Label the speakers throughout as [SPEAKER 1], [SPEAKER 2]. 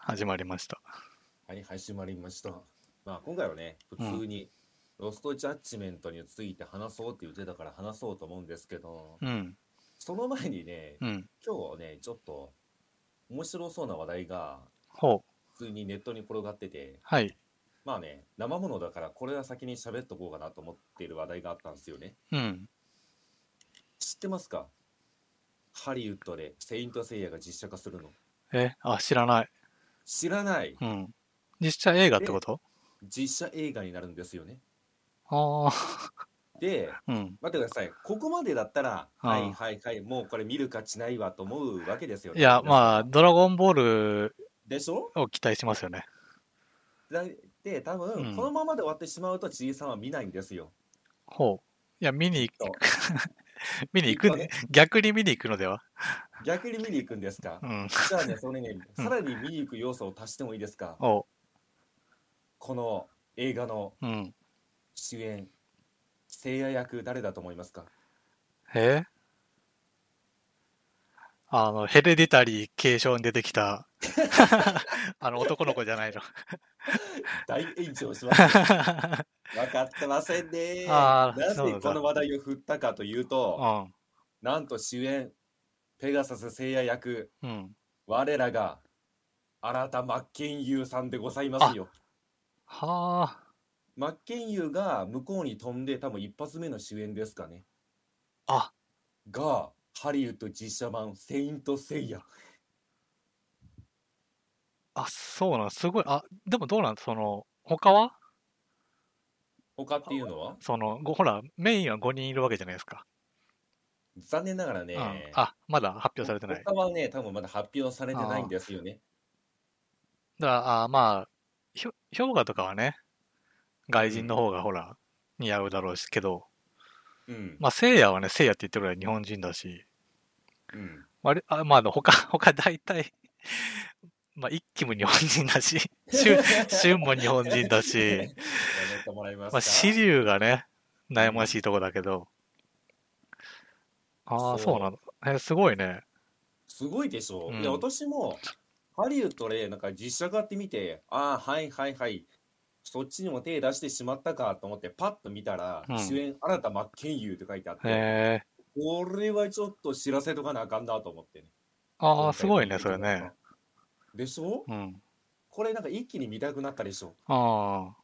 [SPEAKER 1] 始まりました。
[SPEAKER 2] はい、始まりました。まあ、今回はね、普通にロストジャッジメントについて話そうって言ってたから話そうと思うんですけど、
[SPEAKER 1] うん、
[SPEAKER 2] その前にね、
[SPEAKER 1] うん。
[SPEAKER 2] 今日はね、ちょっと面白そうな話題が
[SPEAKER 1] ほう。
[SPEAKER 2] 普通にネットに転がってて、
[SPEAKER 1] はい。
[SPEAKER 2] まあね、生ものだからこれは先に喋っとこうかなと思ってる話題があったんですよね。
[SPEAKER 1] うん。
[SPEAKER 2] 知ってますかハリウッドでセイントセイヤが実写化するの。
[SPEAKER 1] え、あ、知らない。
[SPEAKER 2] 知らない
[SPEAKER 1] うん。実写映画ってこと
[SPEAKER 2] 実写映画になるんですよね。
[SPEAKER 1] ああ、
[SPEAKER 2] で、
[SPEAKER 1] うん。
[SPEAKER 2] 待ってください。ここまでだったら、
[SPEAKER 1] うん
[SPEAKER 2] はいはいはい、もうこれ見る価値ないわと思うわけですよね。
[SPEAKER 1] いや、
[SPEAKER 2] 皆さん
[SPEAKER 1] まあ、ドラゴンボール
[SPEAKER 2] でしょ
[SPEAKER 1] を期待しますよね。
[SPEAKER 2] だで、多分、
[SPEAKER 1] うん
[SPEAKER 2] このままで終わってしまうと、じいさんは見ないんですよ。
[SPEAKER 1] ほう。いや、見に行
[SPEAKER 2] そう
[SPEAKER 1] く、 見に行くね。逆に見に行くのでは
[SPEAKER 2] 逆に見に行くんで すか
[SPEAKER 1] うん。
[SPEAKER 2] じゃあね、それね、
[SPEAKER 1] うん
[SPEAKER 2] さらに見に行く要素を足してもいいですか
[SPEAKER 1] おう。
[SPEAKER 2] この映画の
[SPEAKER 1] うん。
[SPEAKER 2] 主演、聖夜役、誰だと思いますか
[SPEAKER 1] えあの、ヘレディタリー継承に出てき た、あの、男の子じゃないの。
[SPEAKER 2] 大炎上し ました。分かってませんね。な
[SPEAKER 1] あーそうな
[SPEAKER 2] ぜ
[SPEAKER 1] んだ
[SPEAKER 2] この話題を振ったかという と、
[SPEAKER 1] う
[SPEAKER 2] なんと主演、ペガサス聖夜役、
[SPEAKER 1] ん。うん。
[SPEAKER 2] 我らが新田真剣佑さんでございますよ。
[SPEAKER 1] はあ。
[SPEAKER 2] 真剣佑が向こうに飛んで多分一発目の主演ですかね。
[SPEAKER 1] あ、
[SPEAKER 2] がハリウッド実写版「セイント・セイヤ
[SPEAKER 1] あ、そうなん、すごい。あ、でもどうなん、その、他は」
[SPEAKER 2] 他っていうのは
[SPEAKER 1] その、ごほら、メインは5人いるわけじゃないですか。
[SPEAKER 2] 残念ながらね、
[SPEAKER 1] うんあ、まだ発表されてない。だか
[SPEAKER 2] 他はね多分まだ発表されてないんですよね。
[SPEAKER 1] ら、あまあ、ひょ氷河とかはね、外人の方がほら、似合うだろうしけど、
[SPEAKER 2] うん、
[SPEAKER 1] まあ、聖夜はね、聖夜って言ってるぐらい日本人だし、
[SPEAKER 2] うん
[SPEAKER 1] 割あまあ、あの他、 他大体、まあ、一期も日本人だし、旬旬も日本人だ
[SPEAKER 2] や
[SPEAKER 1] し、
[SPEAKER 2] めてもらえますか
[SPEAKER 1] まあ、支流がね、悩ましいとこだけど。ああ、
[SPEAKER 2] そう
[SPEAKER 1] そうなの。え、すごいね。
[SPEAKER 2] すごいでしょ、
[SPEAKER 1] うん
[SPEAKER 2] いや私もハリウッドでなんか実写化って見てああはいはいはいそっちにも手出してしまったかと思ってパッと見たら、
[SPEAKER 1] うん
[SPEAKER 2] 主演新田真剣佑って書いてあって、
[SPEAKER 1] へえ。
[SPEAKER 2] これはちょっと知らせとかなあかんなと思ってね
[SPEAKER 1] ああ、すごいね、それね。
[SPEAKER 2] でしょ
[SPEAKER 1] うん。
[SPEAKER 2] これなんか一気に見たくなったでしょ
[SPEAKER 1] ああ。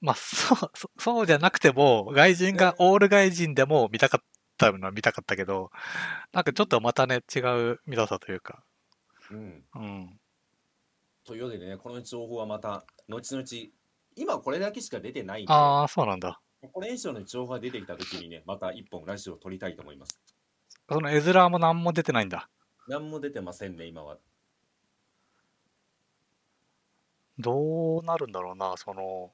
[SPEAKER 1] まあ、そう、そそうじゃなくても、外人が、オール外人でも見たかったのは見たかったけど、なんかちょっとまたね、違う見たさというか。
[SPEAKER 2] うん
[SPEAKER 1] うん。
[SPEAKER 2] というわけでねこの情報はまた後々今これだけしか出てないんで
[SPEAKER 1] ああ、そうなんだ。
[SPEAKER 2] これ以上の情報が出てきた時にねまた一本ラジオを撮りたいと思います
[SPEAKER 1] その絵面も何も出てないんだ。
[SPEAKER 2] 何も出てませんね今は
[SPEAKER 1] どうなるんだろうな、その、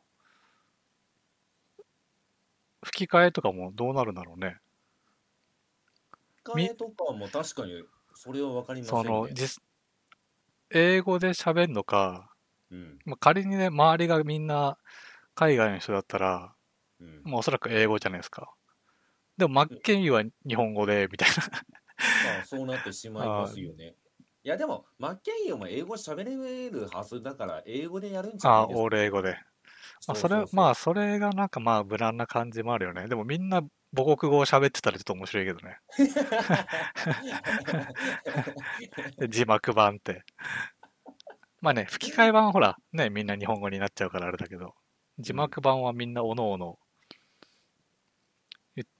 [SPEAKER 1] 吹き替えとかもどうなるんだろうね。
[SPEAKER 2] 吹き替えとかも確かにそれは分かりませ
[SPEAKER 1] そ
[SPEAKER 2] ん
[SPEAKER 1] の、
[SPEAKER 2] ね。
[SPEAKER 1] 実、英語で喋るのか、
[SPEAKER 2] うん
[SPEAKER 1] まあ、仮にね、周りがみんな海外の人だったら、
[SPEAKER 2] うん、
[SPEAKER 1] まあ、おそらく英語じゃないですか。でも、マッケンユーは日本語で、みたいな。
[SPEAKER 2] まあそうなってしまいますよね。いやでもマッケンユも英語喋れるはずだから英語でやるんじゃ
[SPEAKER 1] あ
[SPEAKER 2] な
[SPEAKER 1] あ、
[SPEAKER 2] いです
[SPEAKER 1] オール英語で。ま
[SPEAKER 2] か。
[SPEAKER 1] あ、それ、まあ、それがなんかまあ、無難な感じもあるよね。でも、みんな母国語を喋ってたらちょっと面白いけど ね。で字幕版って。まあね、吹き替え版はほら、ね、みんな日本語になっちゃうからあれだけど、字幕版はみんなおのおの、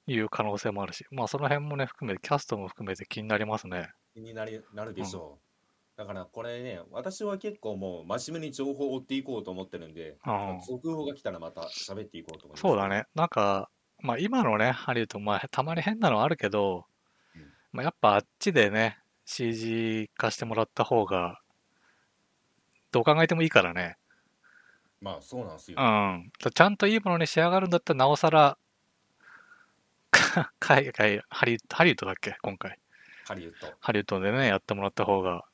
[SPEAKER 1] いう可能性もあるし、まあその辺もね、含めて、キャストも含めて気になりますね。
[SPEAKER 2] 気になりなるでしょう。だからこれね私は結構もう真面目に情報を追っていこうと思ってるんで、
[SPEAKER 1] うん。
[SPEAKER 2] 続報が来たらまた喋っていこうと思います。
[SPEAKER 1] そうだ。ね。なんか、まあ今のね、ハリウッド、まあたまに変なのはあるけど
[SPEAKER 2] うん、
[SPEAKER 1] まあやっぱあっちでね、CG 化してもらった方が、どう考えてもいいからね。
[SPEAKER 2] まあそうなんですよ。
[SPEAKER 1] うん。ちゃんといいものに仕上がるんだったら、なおさら、 か海外、ハリウッド、ハリウッドだっけ今回。
[SPEAKER 2] ハリウッド。
[SPEAKER 1] ハリウッドでね、やってもらった方が、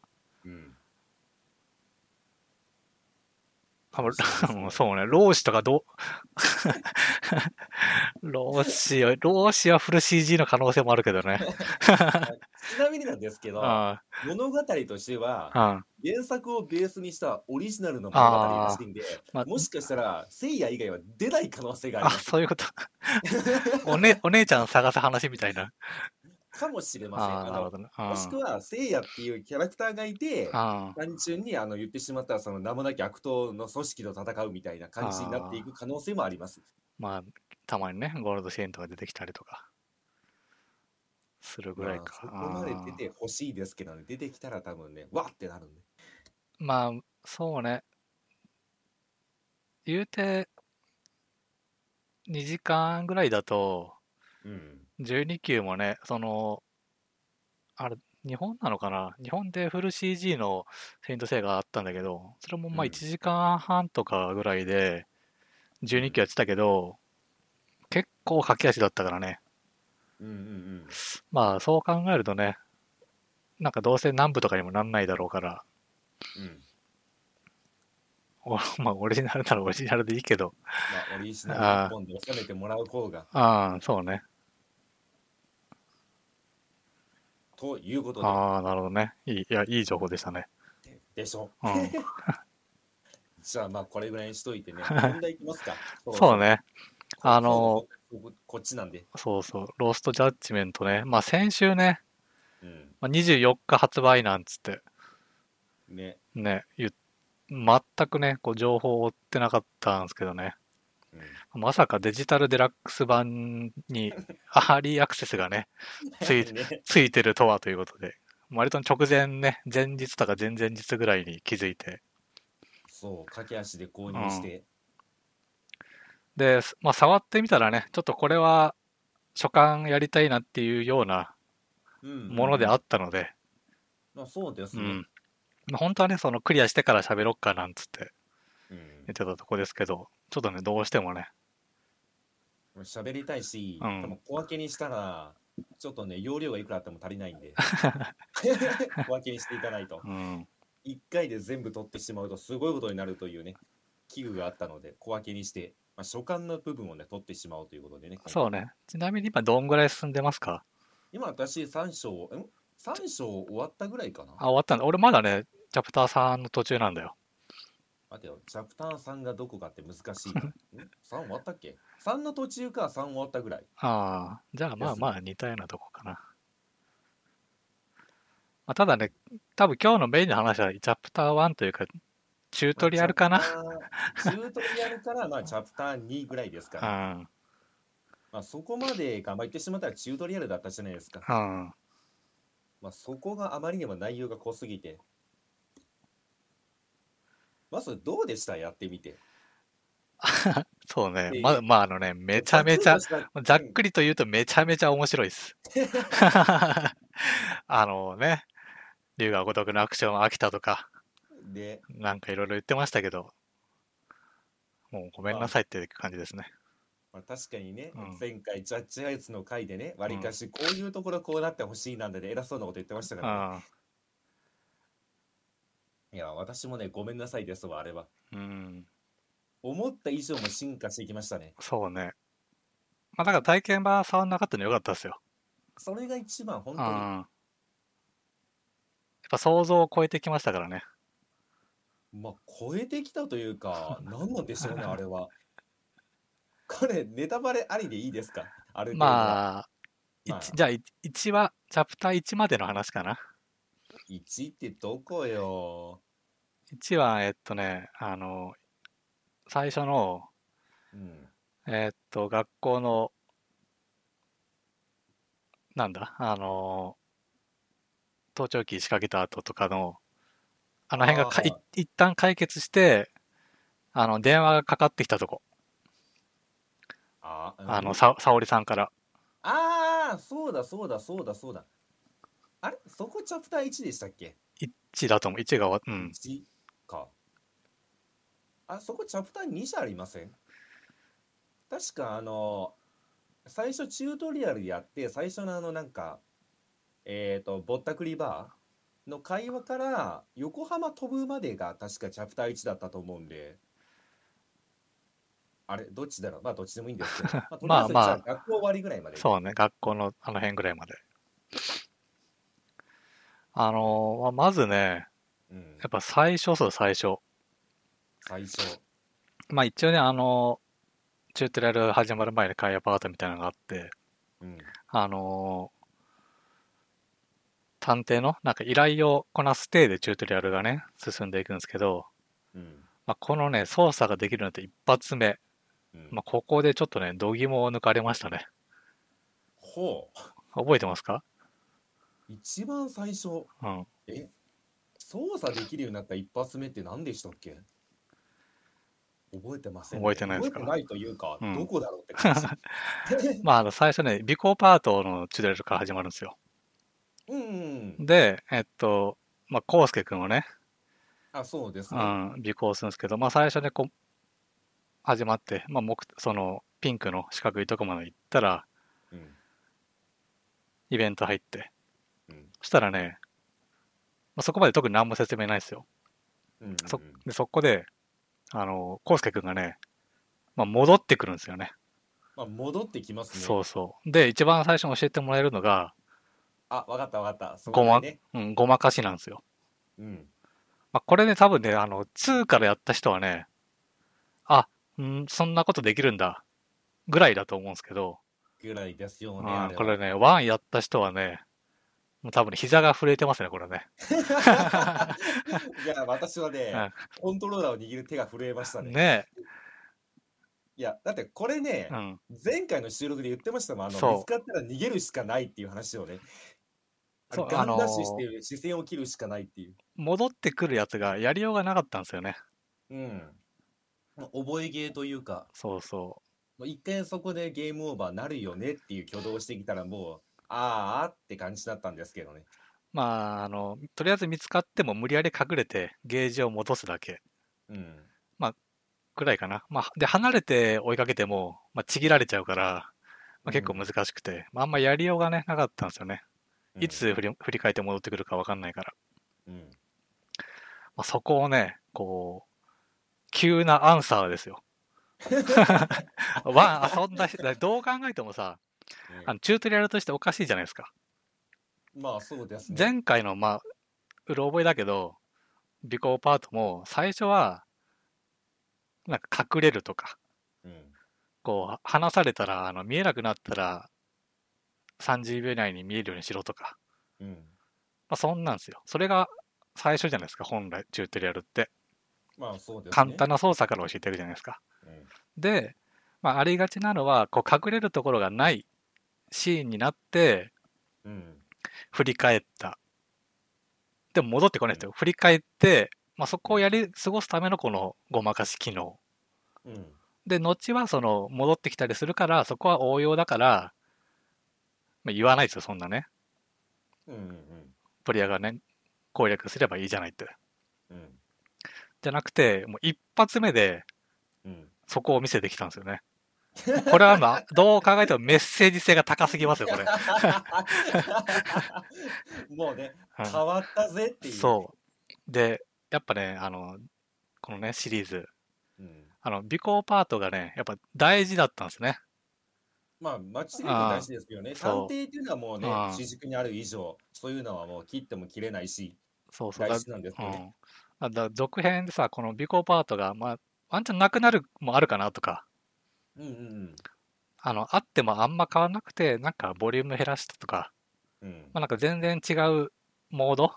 [SPEAKER 2] うん。
[SPEAKER 1] 多分
[SPEAKER 2] そうですね
[SPEAKER 1] そうね、老子とかど う、老子は、老子はフル CG の可能性もあるけどね。
[SPEAKER 2] ちなみになんですけど、
[SPEAKER 1] あ
[SPEAKER 2] 物語としては、
[SPEAKER 1] あ、うん。
[SPEAKER 2] 原作をベースにしたオリジナルの物語らしいんで、
[SPEAKER 1] まあ
[SPEAKER 2] もしかしたら、聖夜以外は出ない可能性があ
[SPEAKER 1] あ、
[SPEAKER 2] ります。
[SPEAKER 1] そういう こと。おね、お姉ちゃん探す話みたいな。
[SPEAKER 2] かもしれません。
[SPEAKER 1] ああ、なる
[SPEAKER 2] あの
[SPEAKER 1] ほどね。
[SPEAKER 2] もしくは、聖夜っていうキャラクターがいて、
[SPEAKER 1] あ
[SPEAKER 2] 単純にあの言ってしまったら、その名もなき悪党の組織と戦うみたいな感じになっていく可能性もあります。
[SPEAKER 1] まあ、たまにね、ゴールドシェーンとか出てきたりとか、するぐらいか。
[SPEAKER 2] まあそこまで
[SPEAKER 1] ああ
[SPEAKER 2] 出てほしいですけどね、出てきたら多分ね、わってなるんで。
[SPEAKER 1] まあ、そうね。言うて、2時間ぐらいだと、
[SPEAKER 2] うん。
[SPEAKER 1] 12球もね、その、あれ、日本なのかな日本でフル CG のセイントセイがあったんだけど、それもまあ
[SPEAKER 2] うん
[SPEAKER 1] 1時間半とかぐらいで、12球やってたけど、結構駆け足だったからね。
[SPEAKER 2] うんうんうん。
[SPEAKER 1] まあそう考えるとね、なんかどうせ南部とかにもなんないだろうから、
[SPEAKER 2] うん。
[SPEAKER 1] おまあオリジナルならオリジナルでいいけど、
[SPEAKER 2] まあ、オリジナル本で収めてもらう方が。
[SPEAKER 1] ああ、そうね。
[SPEAKER 2] ということ
[SPEAKER 1] ああ、なるほどね。いい、いや、いい情報でしたね。
[SPEAKER 2] で、でしょ。
[SPEAKER 1] うん
[SPEAKER 2] じゃあ、まあ、これぐらいにしといてね、問題いきますか。
[SPEAKER 1] そうね。
[SPEAKER 2] こ
[SPEAKER 1] あの
[SPEAKER 2] こここっちなんで。
[SPEAKER 1] そうそう。ローストジャッジメントね。まあ先週ね、
[SPEAKER 2] うん。
[SPEAKER 1] まあ、24日発売なんつって、
[SPEAKER 2] ね。
[SPEAKER 1] ね、言っ全くね、こう情報を追ってなかったんですけどね。
[SPEAKER 2] うん
[SPEAKER 1] まさかデジタルデラックス版にアーリーアクセスがね、つ い
[SPEAKER 2] ね
[SPEAKER 1] ついてるとはということで、割と直前ね、前日とか前々日ぐらいに気づいて、
[SPEAKER 2] そう、駆け足で購入して。
[SPEAKER 1] で、すまあ、触ってみたらね、ちょっとこれは初感やりたいなっていうような
[SPEAKER 2] うん
[SPEAKER 1] ものであ
[SPEAKER 2] っ
[SPEAKER 1] ったので、
[SPEAKER 2] まあ、そうです
[SPEAKER 1] う
[SPEAKER 2] ね。
[SPEAKER 1] ん。まあ本当はね、そのクリアしてから喋ろっかなんつって
[SPEAKER 2] うん
[SPEAKER 1] 言ってたとこですけど、ちょっとね、どうしてもね、
[SPEAKER 2] 喋りたいし、
[SPEAKER 1] うん
[SPEAKER 2] 多分小分けにしたら、ちょっとね、容量がいくらあっても足りないん で、 小分けにしていかないと。
[SPEAKER 1] うん、
[SPEAKER 2] 1回で全部取ってしまうと、すごいことになるというね、器具があったので、小分けにして、まあ、所感の部分をね、取ってしまおうということでね、
[SPEAKER 1] そうね。ちなみに今どんぐらい進んでますか
[SPEAKER 2] 今私3章、ん ?3 章終わったぐらいかな
[SPEAKER 1] あ、終わったんだ。俺まだね、チャプター3の途中なんだよ。
[SPEAKER 2] 待てよ、チャプター3がどこかって難しいな。 ん3終わったっけ ?3 の途中か3終わったぐらい。
[SPEAKER 1] ああ、じゃあま
[SPEAKER 2] で
[SPEAKER 1] あ
[SPEAKER 2] すね
[SPEAKER 1] まあ似たようなとこかな。まあ、ただね、多分今日のメインの話はチャプター1というか、チュートリアルかな。
[SPEAKER 2] チュートリアルから、まあ、チャプター2ぐらいですから。
[SPEAKER 1] うん、
[SPEAKER 2] まあ、そこまでが、まあ、言ってしまったらチュートリアルだったじゃないですか。
[SPEAKER 1] うん。
[SPEAKER 2] まあ、そこがあまりにも内容が濃すぎて。まずどうでしたやってみて。
[SPEAKER 1] そうね
[SPEAKER 2] で。
[SPEAKER 1] まだ、まああのね、めちゃめちゃ、ざっくりと言うとめちゃめちゃ面白い です。あのね、龍が如くのアクション飽きたとか、
[SPEAKER 2] り。で、
[SPEAKER 1] なんかいろいろ言ってましたけど、もうごめんなさいって感じですね。
[SPEAKER 2] まあ、確かにね、
[SPEAKER 1] うん
[SPEAKER 2] 前回ジャッジアイツの回でね、わりかしこういうところこうなってほしいなんで、ね、偉そうなこと言ってました
[SPEAKER 1] う
[SPEAKER 2] から、ね
[SPEAKER 1] ん。
[SPEAKER 2] いや、私もね、ごめんなさいですわ、あれは。
[SPEAKER 1] うん、
[SPEAKER 2] 思った以上も進化していきましたね。
[SPEAKER 1] そうね。まあだから体験版触んなかったのよかったですよ。
[SPEAKER 2] それが一番、本
[SPEAKER 1] うん。
[SPEAKER 2] 当に。
[SPEAKER 1] やっぱ想像を超えてきましたからね。
[SPEAKER 2] まあ、超えてきたというか、何なんでしょうね、あれは。これ、ネタバレありでいいですかあれ
[SPEAKER 1] まあ、
[SPEAKER 2] まあ
[SPEAKER 1] 一じゃあ1話、チャプター1までの話かな。
[SPEAKER 2] 1ってどこよ。
[SPEAKER 1] 1は、えっとね、あの、最初の、
[SPEAKER 2] うん。
[SPEAKER 1] えっと、学校の、なんだ、あの、盗聴器仕掛けた後とかの、あの辺がか
[SPEAKER 2] あー
[SPEAKER 1] い一旦解決して、あの、電話がかかってきたとこ。
[SPEAKER 2] あ、うん
[SPEAKER 1] あの、さ、沙織さんから。
[SPEAKER 2] あー、そうだ、そうだ、そうだ、そうだ。あれそこチャプター1でしたっけ
[SPEAKER 1] 1だと思う。1が終わ、うん。
[SPEAKER 2] ?1 か。あ、そこチャプター2じゃありません確か、あの、最初チュートリアルやって、最初のあの、なんか、えっと、ぼったくりバーの会話から横浜飛ぶまでが確かチャプター1だったと思うんで、あれ、どっちだろうまあ、どっちでもいいんです けど、まあ、とりあえず、じ
[SPEAKER 1] まあまあ
[SPEAKER 2] ゃあ、学校終わりぐらいまで。
[SPEAKER 1] そうね、学校のあの辺ぐらいまで。あのーまあまずね、
[SPEAKER 2] うん
[SPEAKER 1] やっぱ最初そう、最初。
[SPEAKER 2] 最初
[SPEAKER 1] まあ一応ね、あのーチュートリアル始まる前に会話パートみたいなのがあって、
[SPEAKER 2] うん
[SPEAKER 1] あのー探偵のなんか依頼をこなす体でチュートリアルがね、進んでいくんですけど、
[SPEAKER 2] うん
[SPEAKER 1] まあ、このね、操作ができるのって一発目。
[SPEAKER 2] うん
[SPEAKER 1] まあ、ここでちょっとね、度肝を抜かれましたね。
[SPEAKER 2] ほ
[SPEAKER 1] 覚えてますか
[SPEAKER 2] う一番最初
[SPEAKER 1] うん。
[SPEAKER 2] え操作できるようになった一発目って何でしたっけ覚えてませんね、
[SPEAKER 1] 覚えてないですか
[SPEAKER 2] 覚えてないというか、
[SPEAKER 1] うん
[SPEAKER 2] どこだろうって感 じ
[SPEAKER 1] まあ、あの、最初ね、尾行パートのチュートリアルから始まるんですよ。
[SPEAKER 2] うんうん
[SPEAKER 1] で、えっと、まあ、コウスケくんをね、
[SPEAKER 2] あそうです
[SPEAKER 1] う
[SPEAKER 2] ね、
[SPEAKER 1] ん、尾行するんですけど、まあ、最初ね、こう、始まって、まあ、目、その、ピンクの四角いとこまで行ったら、
[SPEAKER 2] うん
[SPEAKER 1] イベント入って、
[SPEAKER 2] うん
[SPEAKER 1] そしたらね、まあ、そこまで特に何も説明ないんですよ。
[SPEAKER 2] うん
[SPEAKER 1] そで、そこで、あの、コウスケくんがね、まあ、戻ってくるんですよね。
[SPEAKER 2] まあ、戻ってきますね
[SPEAKER 1] そうそう。で、一番最初に教えてもらえるのが、
[SPEAKER 2] あわかったわかったそ
[SPEAKER 1] ごま
[SPEAKER 2] こね
[SPEAKER 1] うん、ごまかしなんですよ。
[SPEAKER 2] うん
[SPEAKER 1] まあ、これね、多分ね、あの、2からやった人はね、あ、うん、そんなことできるんだ、ぐらいだと思うんですけど、
[SPEAKER 2] ぐらいですよね
[SPEAKER 1] うん
[SPEAKER 2] あれは
[SPEAKER 1] これね、1やった人はね、もう多分ね膝が震えてますね、これ ね。
[SPEAKER 2] いや私はね、
[SPEAKER 1] うん
[SPEAKER 2] コントローラーを握る手が震えましたね
[SPEAKER 1] ね
[SPEAKER 2] いやだってこれね、
[SPEAKER 1] うん。
[SPEAKER 2] 前回の収録で言ってましたもんあの
[SPEAKER 1] そう
[SPEAKER 2] 見つかったら逃げるしかないっていう話をねあ
[SPEAKER 1] そう
[SPEAKER 2] のガンダッシ
[SPEAKER 1] あのー
[SPEAKER 2] ュして視線を切るしかないっていう、
[SPEAKER 1] 戻ってくるやつがやりようがなかったんですよね。
[SPEAKER 2] うん、覚えゲーというか
[SPEAKER 1] そうそ
[SPEAKER 2] もう一回そこでゲームオーバーなるよねっていう挙動をしてきたらもうあーあって感じだったんですけどね
[SPEAKER 1] う。まあ、あの、とりあえず見つかっても無理やり隠れてゲージを戻すだけ
[SPEAKER 2] うん
[SPEAKER 1] くらいかな。まあ、で、離れて追いかけても、まあ、ちぎられちゃうから、まあ、結構難しくて、まあ、あんまやりようがね、なかったんですよね。いつ振り振り返って戻ってくるかわかんないから。
[SPEAKER 2] うん
[SPEAKER 1] まあ、そこをね、こう、急なアンサーです よ。ワン、遊んだ人、どう考えてもさ、
[SPEAKER 2] うん
[SPEAKER 1] あのチュートリアルとしておかしいじゃないですか。
[SPEAKER 2] まあそうですね
[SPEAKER 1] 前回の、まあ、うろ覚えだけど、尾行パートも、最初は、なんか隠れるとか、
[SPEAKER 2] うん
[SPEAKER 1] こう、離されたら、あの、見えなくなったら、30秒以内に見えるようにしろとか、
[SPEAKER 2] うん
[SPEAKER 1] まあ、そんなんですよ。それが最初じゃないですか、本来、チュートリアルって。
[SPEAKER 2] まあそうですね
[SPEAKER 1] 簡単な操作から教えてるじゃないですか。
[SPEAKER 2] うん
[SPEAKER 1] で、まあ、ありがちなのは、こう、隠れるところがないシーンになって、
[SPEAKER 2] うん
[SPEAKER 1] 振り返った。でも戻ってこないですよ。振り返って、まあ、そこをやり過ごすためのこのごまかし機能。
[SPEAKER 2] うん
[SPEAKER 1] で、後はその戻ってきたりするから、そこは応用だから、まあ、言わないですよ、そんなね。
[SPEAKER 2] うんうん
[SPEAKER 1] プレイヤーがね、攻略すればいいじゃないって。
[SPEAKER 2] うん
[SPEAKER 1] じゃなくて、もう一発目で
[SPEAKER 2] うん
[SPEAKER 1] そこを見せてきたんですよね。これはま あ、どう考えてもメッセージ性が高すぎますよ、これ。
[SPEAKER 2] もうね、
[SPEAKER 1] うん
[SPEAKER 2] 変わったぜっていう。
[SPEAKER 1] そう。で、やっぱね、あの、このね、シリーズ、
[SPEAKER 2] うん。
[SPEAKER 1] あの、尾行パートがね、やっぱ大事だったんですね。
[SPEAKER 2] まあ、マッチセリフも大事ですけどね、探
[SPEAKER 1] そう
[SPEAKER 2] 偵っていうのはもうね
[SPEAKER 1] うん、
[SPEAKER 2] 主軸にある以上、そういうのはもう切っても切れないし、
[SPEAKER 1] そうそう。
[SPEAKER 2] 大
[SPEAKER 1] だ
[SPEAKER 2] 事なんです
[SPEAKER 1] う
[SPEAKER 2] よね。
[SPEAKER 1] んあ、だ続編でさ、この尾行パートが、まあ、ワンチャンなくなるもあるかなとか、
[SPEAKER 2] うんうん
[SPEAKER 1] あの、あってもあんま変わらなくて、なんかボリューム減らしたとか、
[SPEAKER 2] うん。うん
[SPEAKER 1] まあなんか全然違うモード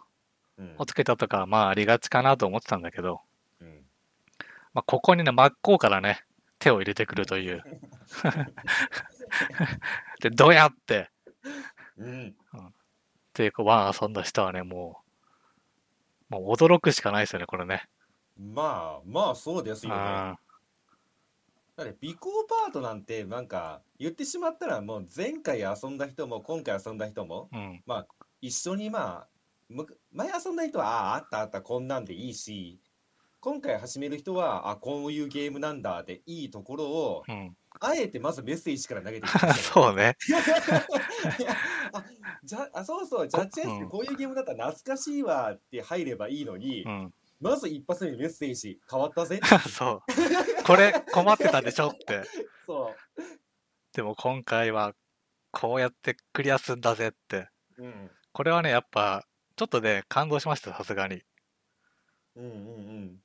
[SPEAKER 2] うん
[SPEAKER 1] をつけたとか、まあありがちかなと思ってたんだけど、
[SPEAKER 2] うん
[SPEAKER 1] まあここにね、真っ向からね、手を入れてくるという。で、どうやって、
[SPEAKER 2] うん
[SPEAKER 1] っていうか、ワン遊んだ人はね、もう、もう驚くしかないですよね、これね。
[SPEAKER 2] まあ、まあそうです
[SPEAKER 1] う
[SPEAKER 2] よね。
[SPEAKER 1] ん。
[SPEAKER 2] だって、尾行パートなんて、なんか、言ってしまったら、もう前回遊んだ人も、今回遊んだ人も、
[SPEAKER 1] うん。
[SPEAKER 2] 一緒にまあむ前遊んだ人はあああったあったこんなんでいいし今回始める人はあこういうゲームなんだでいいところを
[SPEAKER 1] うん。
[SPEAKER 2] あえてまずメッセージから投げてきました
[SPEAKER 1] そうね。
[SPEAKER 2] いやあじゃあそうそうジャッジアイスってこういうゲームだったら懐かしいわって入ればいいのに、
[SPEAKER 1] うん。
[SPEAKER 2] まず一発目にメッセージ変わったぜ
[SPEAKER 1] そう。これ困ってたでしょって。
[SPEAKER 2] そ
[SPEAKER 1] でも今回はこうやってクリアするんだぜって。
[SPEAKER 2] う、うん、
[SPEAKER 1] これはね、やっぱちょっとね、感動しました、さすがに。
[SPEAKER 2] うんうんうん。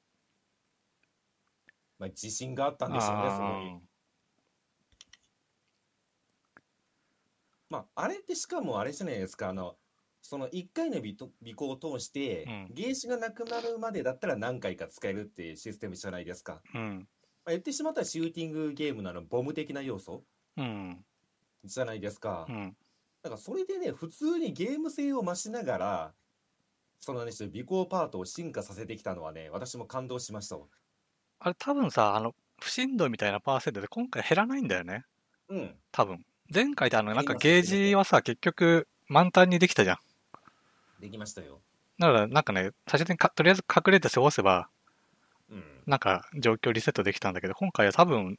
[SPEAKER 2] まあ、自信があったんでしょうね、すごい。まあ、あれってしかもあれじゃないですか、あの、その1回の尾と尾行を通して
[SPEAKER 1] うん、
[SPEAKER 2] 原子がなくなるまでだったら何回か使えるっていうシステムじゃないですか。
[SPEAKER 1] あーうん。
[SPEAKER 2] まあ、言ってしまったらシューティングゲームのあのボム的な要素
[SPEAKER 1] うん。
[SPEAKER 2] じゃないですか
[SPEAKER 1] う。ん。
[SPEAKER 2] だからそれでね、普通にゲーム性を増しながら、そのね、ちょっと尾行パートを進化させてきたのはね、私も感動しましたわ。
[SPEAKER 1] あれ、多分さ、あの、不振動みたいなパーセントで今回減らないんだよね。
[SPEAKER 2] うん。
[SPEAKER 1] 多分。前回であの、なんか
[SPEAKER 2] 減ります
[SPEAKER 1] ゲージはさ、結局、満タンにできたじゃん。
[SPEAKER 2] できましたよ。
[SPEAKER 1] だから、なんかね、最終的にかとりあえず隠れて過ごせば、
[SPEAKER 2] うん。
[SPEAKER 1] なんか状況リセットできたんだけど、今回は多分、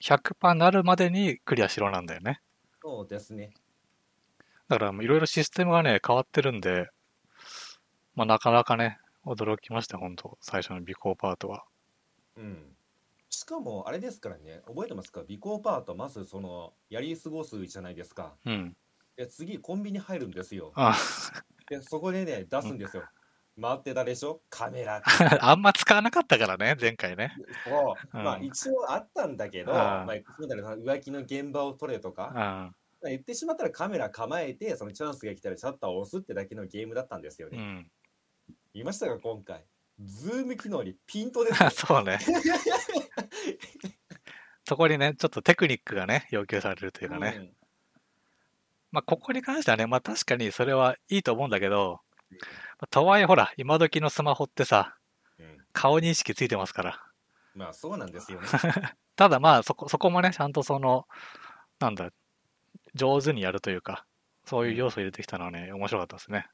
[SPEAKER 1] 100%なるまでにクリアしろなんだよね。
[SPEAKER 2] そうですね。
[SPEAKER 1] だからもういろいろシステムがね、変わってるんで、まあなかなかね、驚きました、本当最初の尾行パートは。
[SPEAKER 2] うん。しかも、あれですからね、覚えてますか尾行パート、まずその、やり過ごすじゃないですか。
[SPEAKER 1] うん。
[SPEAKER 2] で、次、コンビニ入るんですよ。
[SPEAKER 1] あ
[SPEAKER 2] で、そこでね、出すんですよ。回ってたでしょカメ ラ。
[SPEAKER 1] あんま使わなかったからね、前回ね。
[SPEAKER 2] そう
[SPEAKER 1] うん
[SPEAKER 2] まあ、一応あったんだけど、
[SPEAKER 1] うん
[SPEAKER 2] まあ、そうだね浮気の現場を撮れと
[SPEAKER 1] う
[SPEAKER 2] か、
[SPEAKER 1] ん。
[SPEAKER 2] まあ言ってしまったらカメラ構えて、そのチャンスが来たらシャッターを押すってだけのゲームだったんですよ
[SPEAKER 1] う
[SPEAKER 2] ね。
[SPEAKER 1] ん。
[SPEAKER 2] 言いましたか、今回。ズーム機能にピントです よ。
[SPEAKER 1] そうね。そこにね、ちょっとテクニックがね、要求されるというかね。
[SPEAKER 2] うん
[SPEAKER 1] まあ、ここに関してはね、まあ確かにそれはいいと思うんだけど、まあとはいえほら、今時のスマホってさ、
[SPEAKER 2] うん
[SPEAKER 1] 顔認識ついてますから。
[SPEAKER 2] まあ、そうなん ですよね。
[SPEAKER 1] ただまあそこそこもねちゃんとそのなんだ上手にやるというかそういう要素を入れてきたのはね、面白かったですね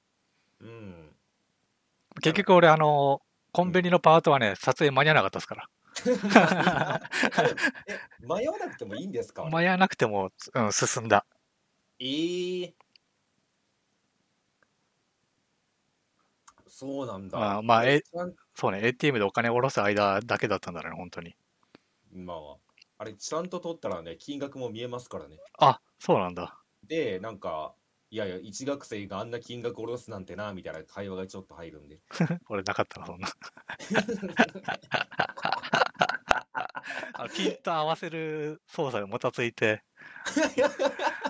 [SPEAKER 2] うん。
[SPEAKER 1] 結局俺あのコンビニのパートはね撮影間に合わなかったですから
[SPEAKER 2] あれえ迷わなくてもいいんですか、
[SPEAKER 1] 間に合わなくても、うん、進んだ
[SPEAKER 2] えーそうなんだ。
[SPEAKER 1] あーまあえ
[SPEAKER 2] ちゃん
[SPEAKER 1] そうね ATM でお金を下ろす間だけだったんだろうね本当に
[SPEAKER 2] まあ、あれ、ちゃんと取ったらね、金額も見えますからね。
[SPEAKER 1] あそうなんだ
[SPEAKER 2] で、なんか、いやいや、一学生があんな金額下ろすなんてな、みたいな会話がちょっと入るんで。
[SPEAKER 1] 俺なかったなそんなあのピント合わせる操作がもたつい て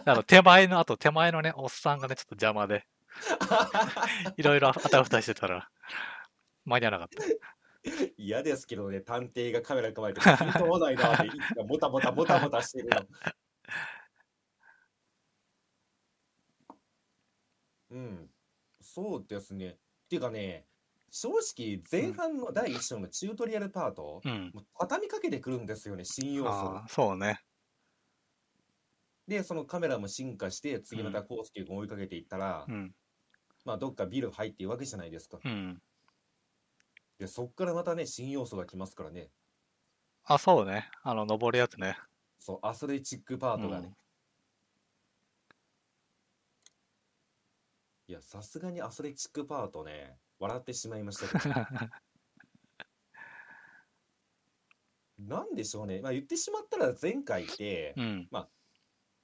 [SPEAKER 1] あの手前のあと手前のねおっさんがねちょっと邪魔 でいろいろあたふたしてたら間に合わなかっ
[SPEAKER 2] 嫌ですけどね、探偵がカメラ構えて、金取らない なって、いつもたもたもたもたしてるの。 うん、そうですね。っていうかね、正直、前半の第一章のチュートリアルパート、
[SPEAKER 1] た。うん。
[SPEAKER 2] もう畳みかけてくるんですよね、新要素を
[SPEAKER 1] あーそうね。
[SPEAKER 2] で、そのカメラも進化して、次またコースケ君を追いかけていったら、
[SPEAKER 1] うん。
[SPEAKER 2] まあ、どっかビル入っているわけじゃないですか。
[SPEAKER 1] うん。
[SPEAKER 2] で、そっからまたね、新要素が来ますからね。
[SPEAKER 1] あ、そうね。あの、登るやつね。
[SPEAKER 2] そう、アスレチックパートがね。いや、さすがにアスレチックパートね、笑ってしまいました けど。なんでしょうね。まあ、言ってしまったら前回って
[SPEAKER 1] う、ん。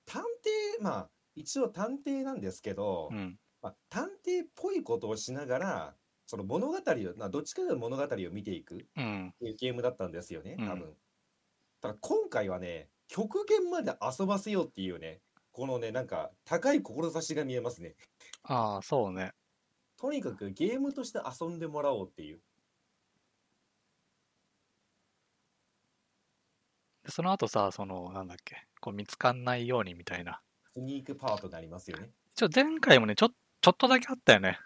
[SPEAKER 2] 探偵、まあ、一応探偵なんですけど
[SPEAKER 1] う、ん。
[SPEAKER 2] まあ、探偵っぽいことをしながら、その物語を、まあ、どっちかというと物語を見ていく。
[SPEAKER 1] うん。
[SPEAKER 2] っていうゲームだったんですよね、
[SPEAKER 1] うん
[SPEAKER 2] 多分。ただ今回はね、極限まで遊ばせようっていうね、このね、なんか高い志が見えますね。
[SPEAKER 1] ああ、そうね。
[SPEAKER 2] とにかくゲームとして遊んでもらおうっていう。
[SPEAKER 1] でその後さ、その、なんだっけ、こう見つかんないようにみたいな。
[SPEAKER 2] スニークパートになりますよね。
[SPEAKER 1] 一応前回もね、ちょ、ちょっとだけあったよね。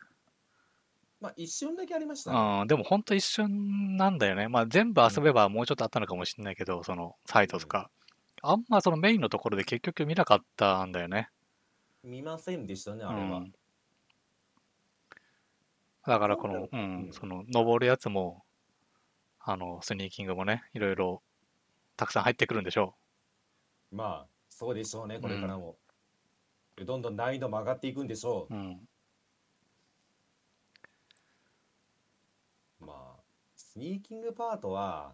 [SPEAKER 2] まあ一瞬だけありましたね。
[SPEAKER 1] うん。でもほんと一瞬なんだよね。まあ全部遊べばもうちょっとあったのかもしれないけど、そのサイトとか。あんまそのメインのところで結局見なかったんだよね。
[SPEAKER 2] 見ませんでしたね、あれ
[SPEAKER 1] う
[SPEAKER 2] は。
[SPEAKER 1] んだからこ
[SPEAKER 2] そう
[SPEAKER 1] の
[SPEAKER 2] だろ、
[SPEAKER 1] う、
[SPEAKER 2] うんうん
[SPEAKER 1] その登るやつもあのスニーキングもねいろいろたくさん入ってくるんでしょ
[SPEAKER 2] まあ、そうでしょうね、これからも。どんどん難易度も上がっていくんでしょ
[SPEAKER 1] う、うん、
[SPEAKER 2] う。まあ、スニーキングパートは、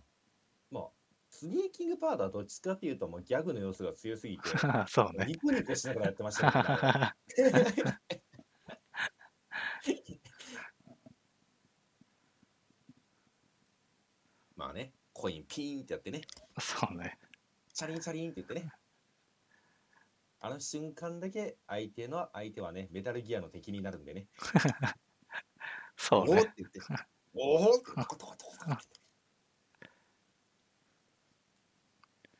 [SPEAKER 2] まあ、スニーキングパートはどっちかっていうと、もうギャグの要素が強すぎて、
[SPEAKER 1] そうね
[SPEAKER 2] ニコニコしながらやってましたね。まあね、コインピーンってやってね、
[SPEAKER 1] そうね。
[SPEAKER 2] チャリンチャリンって言ってね。あの瞬間だけ相手の相手はね、メタルギアの敵になるんでね。お
[SPEAKER 1] そう
[SPEAKER 2] おーっ
[SPEAKER 1] ね。
[SPEAKER 2] て 言って。おおってトコトコトコトコって。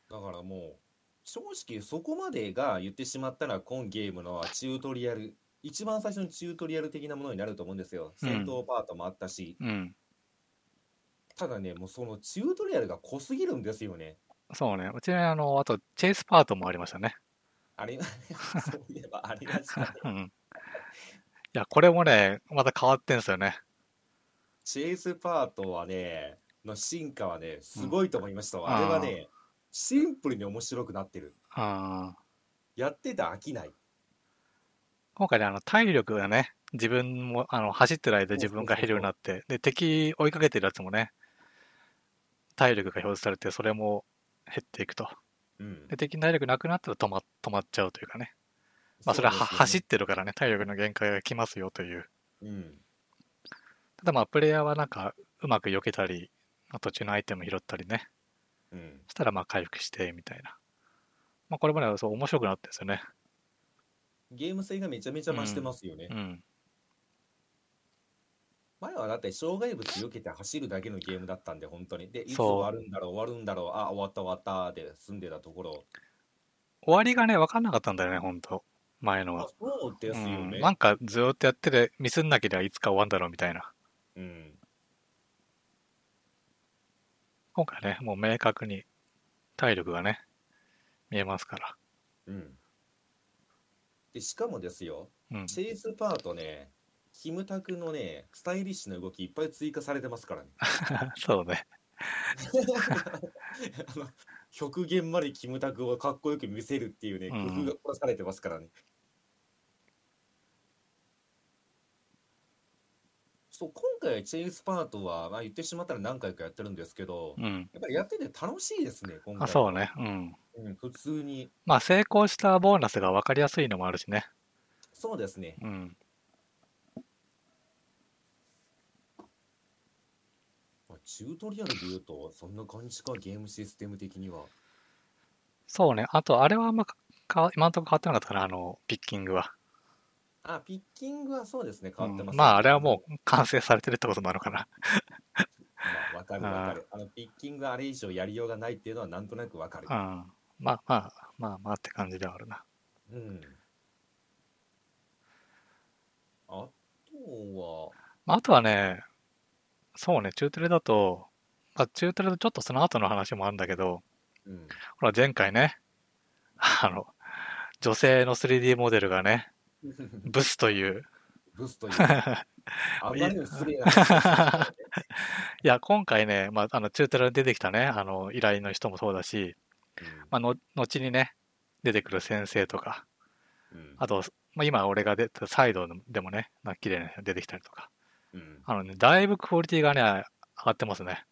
[SPEAKER 2] だからもう、正直そこまでが言ってしまったら、今ゲームのチュートリアル、一番最初のチュートリアル的なものになると思うんですよ。
[SPEAKER 1] うん
[SPEAKER 2] 戦闘パートもあったし、
[SPEAKER 1] うん。
[SPEAKER 2] ただね、もうそのチュートリアルが濃すぎるんですよね。
[SPEAKER 1] そうね。うちね、あの、あと、チェイスパートもありましたね。
[SPEAKER 2] あれ、 そういえばありがちだね。
[SPEAKER 1] うん。いや、これもね、また変わってんすよね。
[SPEAKER 2] チェイスパートはね、の進化はね、すごいと思いましたわ。あれはね、シンプルに面白くなってる。
[SPEAKER 1] うん。
[SPEAKER 2] やってて飽きない。
[SPEAKER 1] 今回ね、あの、体力がね、自分も、あの、走ってる間
[SPEAKER 2] そうそう
[SPEAKER 1] 自
[SPEAKER 2] そうそ
[SPEAKER 1] 分
[SPEAKER 2] う
[SPEAKER 1] が減るようになって、で、敵追いかけてるやつもね、体力が表示されて、それも減っていくと。
[SPEAKER 2] うん
[SPEAKER 1] で、敵の体力なくなったら止ま止まっちゃうというかね。まあ、それはは走ってるからね、体力の限界が来ますよという。
[SPEAKER 2] て、うん、
[SPEAKER 1] ただまあプレイヤーはなんかうまく避けたりまあ途中のアイテム拾ったりね
[SPEAKER 2] うん、
[SPEAKER 1] したらまあ回復してみたいな、まあ、これもねそう面白くなってるんですよね
[SPEAKER 2] ゲーム性がめちゃめちゃ増してますよね、
[SPEAKER 1] うん
[SPEAKER 2] 前はだって障害物避けて走るだけのゲームだったんで本当にでいつ
[SPEAKER 1] そう
[SPEAKER 2] 終わるんだろう終わるんだろうあ終わった終わったで済んでたところ
[SPEAKER 1] 終わりがね分かんなかったんだよねほんと前の
[SPEAKER 2] あ
[SPEAKER 1] は、
[SPEAKER 2] そうですよ
[SPEAKER 1] うん
[SPEAKER 2] ね
[SPEAKER 1] なんかずーっとやっててミスんなければいつか終わんだろうみたいな
[SPEAKER 2] うん、
[SPEAKER 1] 今回ねもう明確に体力がね見えますから
[SPEAKER 2] うんでしかもですよ
[SPEAKER 1] うん
[SPEAKER 2] チェイスパートねキムタクのねスタイリッシュな動きいっぱい追加されてますからね
[SPEAKER 1] そうね
[SPEAKER 2] あの極限までキムタクをかっこよく見せるっていうね
[SPEAKER 1] うん
[SPEAKER 2] 工夫が凝らされてますからね、そう今回チェイスパートは、まあ、言ってしまったら何回かやってるんですけど、
[SPEAKER 1] うん
[SPEAKER 2] やっぱりやってて楽しいですね今回
[SPEAKER 1] あそうねうん
[SPEAKER 2] うん普通に
[SPEAKER 1] まあ成功したボーナスが分かりやすいのもあるしね
[SPEAKER 2] そうですね
[SPEAKER 1] うん
[SPEAKER 2] まあチュートリアルで言うとそんな感じかゲームシステム的には
[SPEAKER 1] そうねあとあれはあんまかか今のところ変わってなかったかなあのピッキングは
[SPEAKER 2] あピッキングはそうですね変わってま
[SPEAKER 1] う
[SPEAKER 2] すね、
[SPEAKER 1] んまああれはもう完成されてるってことなのかな。
[SPEAKER 2] まあわかるわかる。あのピッキングあれ以上やりようがないっていうのはなんとなくわかる
[SPEAKER 1] う。ん。まあまあまあまあって感じではあるな。
[SPEAKER 2] うん。あとは、
[SPEAKER 1] まあ、あとはね、そうね、中トレだと、まあ、中トレとちょっとその後の話もあるんだけど、
[SPEAKER 2] うん。
[SPEAKER 1] ほら前回ね、あの、女性の 3D モデルがね、ブスという。
[SPEAKER 2] ブスという。 あまりにも失礼な話をしてるからね。
[SPEAKER 1] いや、今回ね、まあ、あの、中トレに出てきたね、あの、依頼の人もそうだし、まあの、後にね、出てくる先生とか、
[SPEAKER 2] うんうん
[SPEAKER 1] あと、まあ、今俺が出たサイドでもね、なんか綺麗な人出てきたりとか、
[SPEAKER 2] うん
[SPEAKER 1] あのね、だいぶクオリティがね、上がってますね。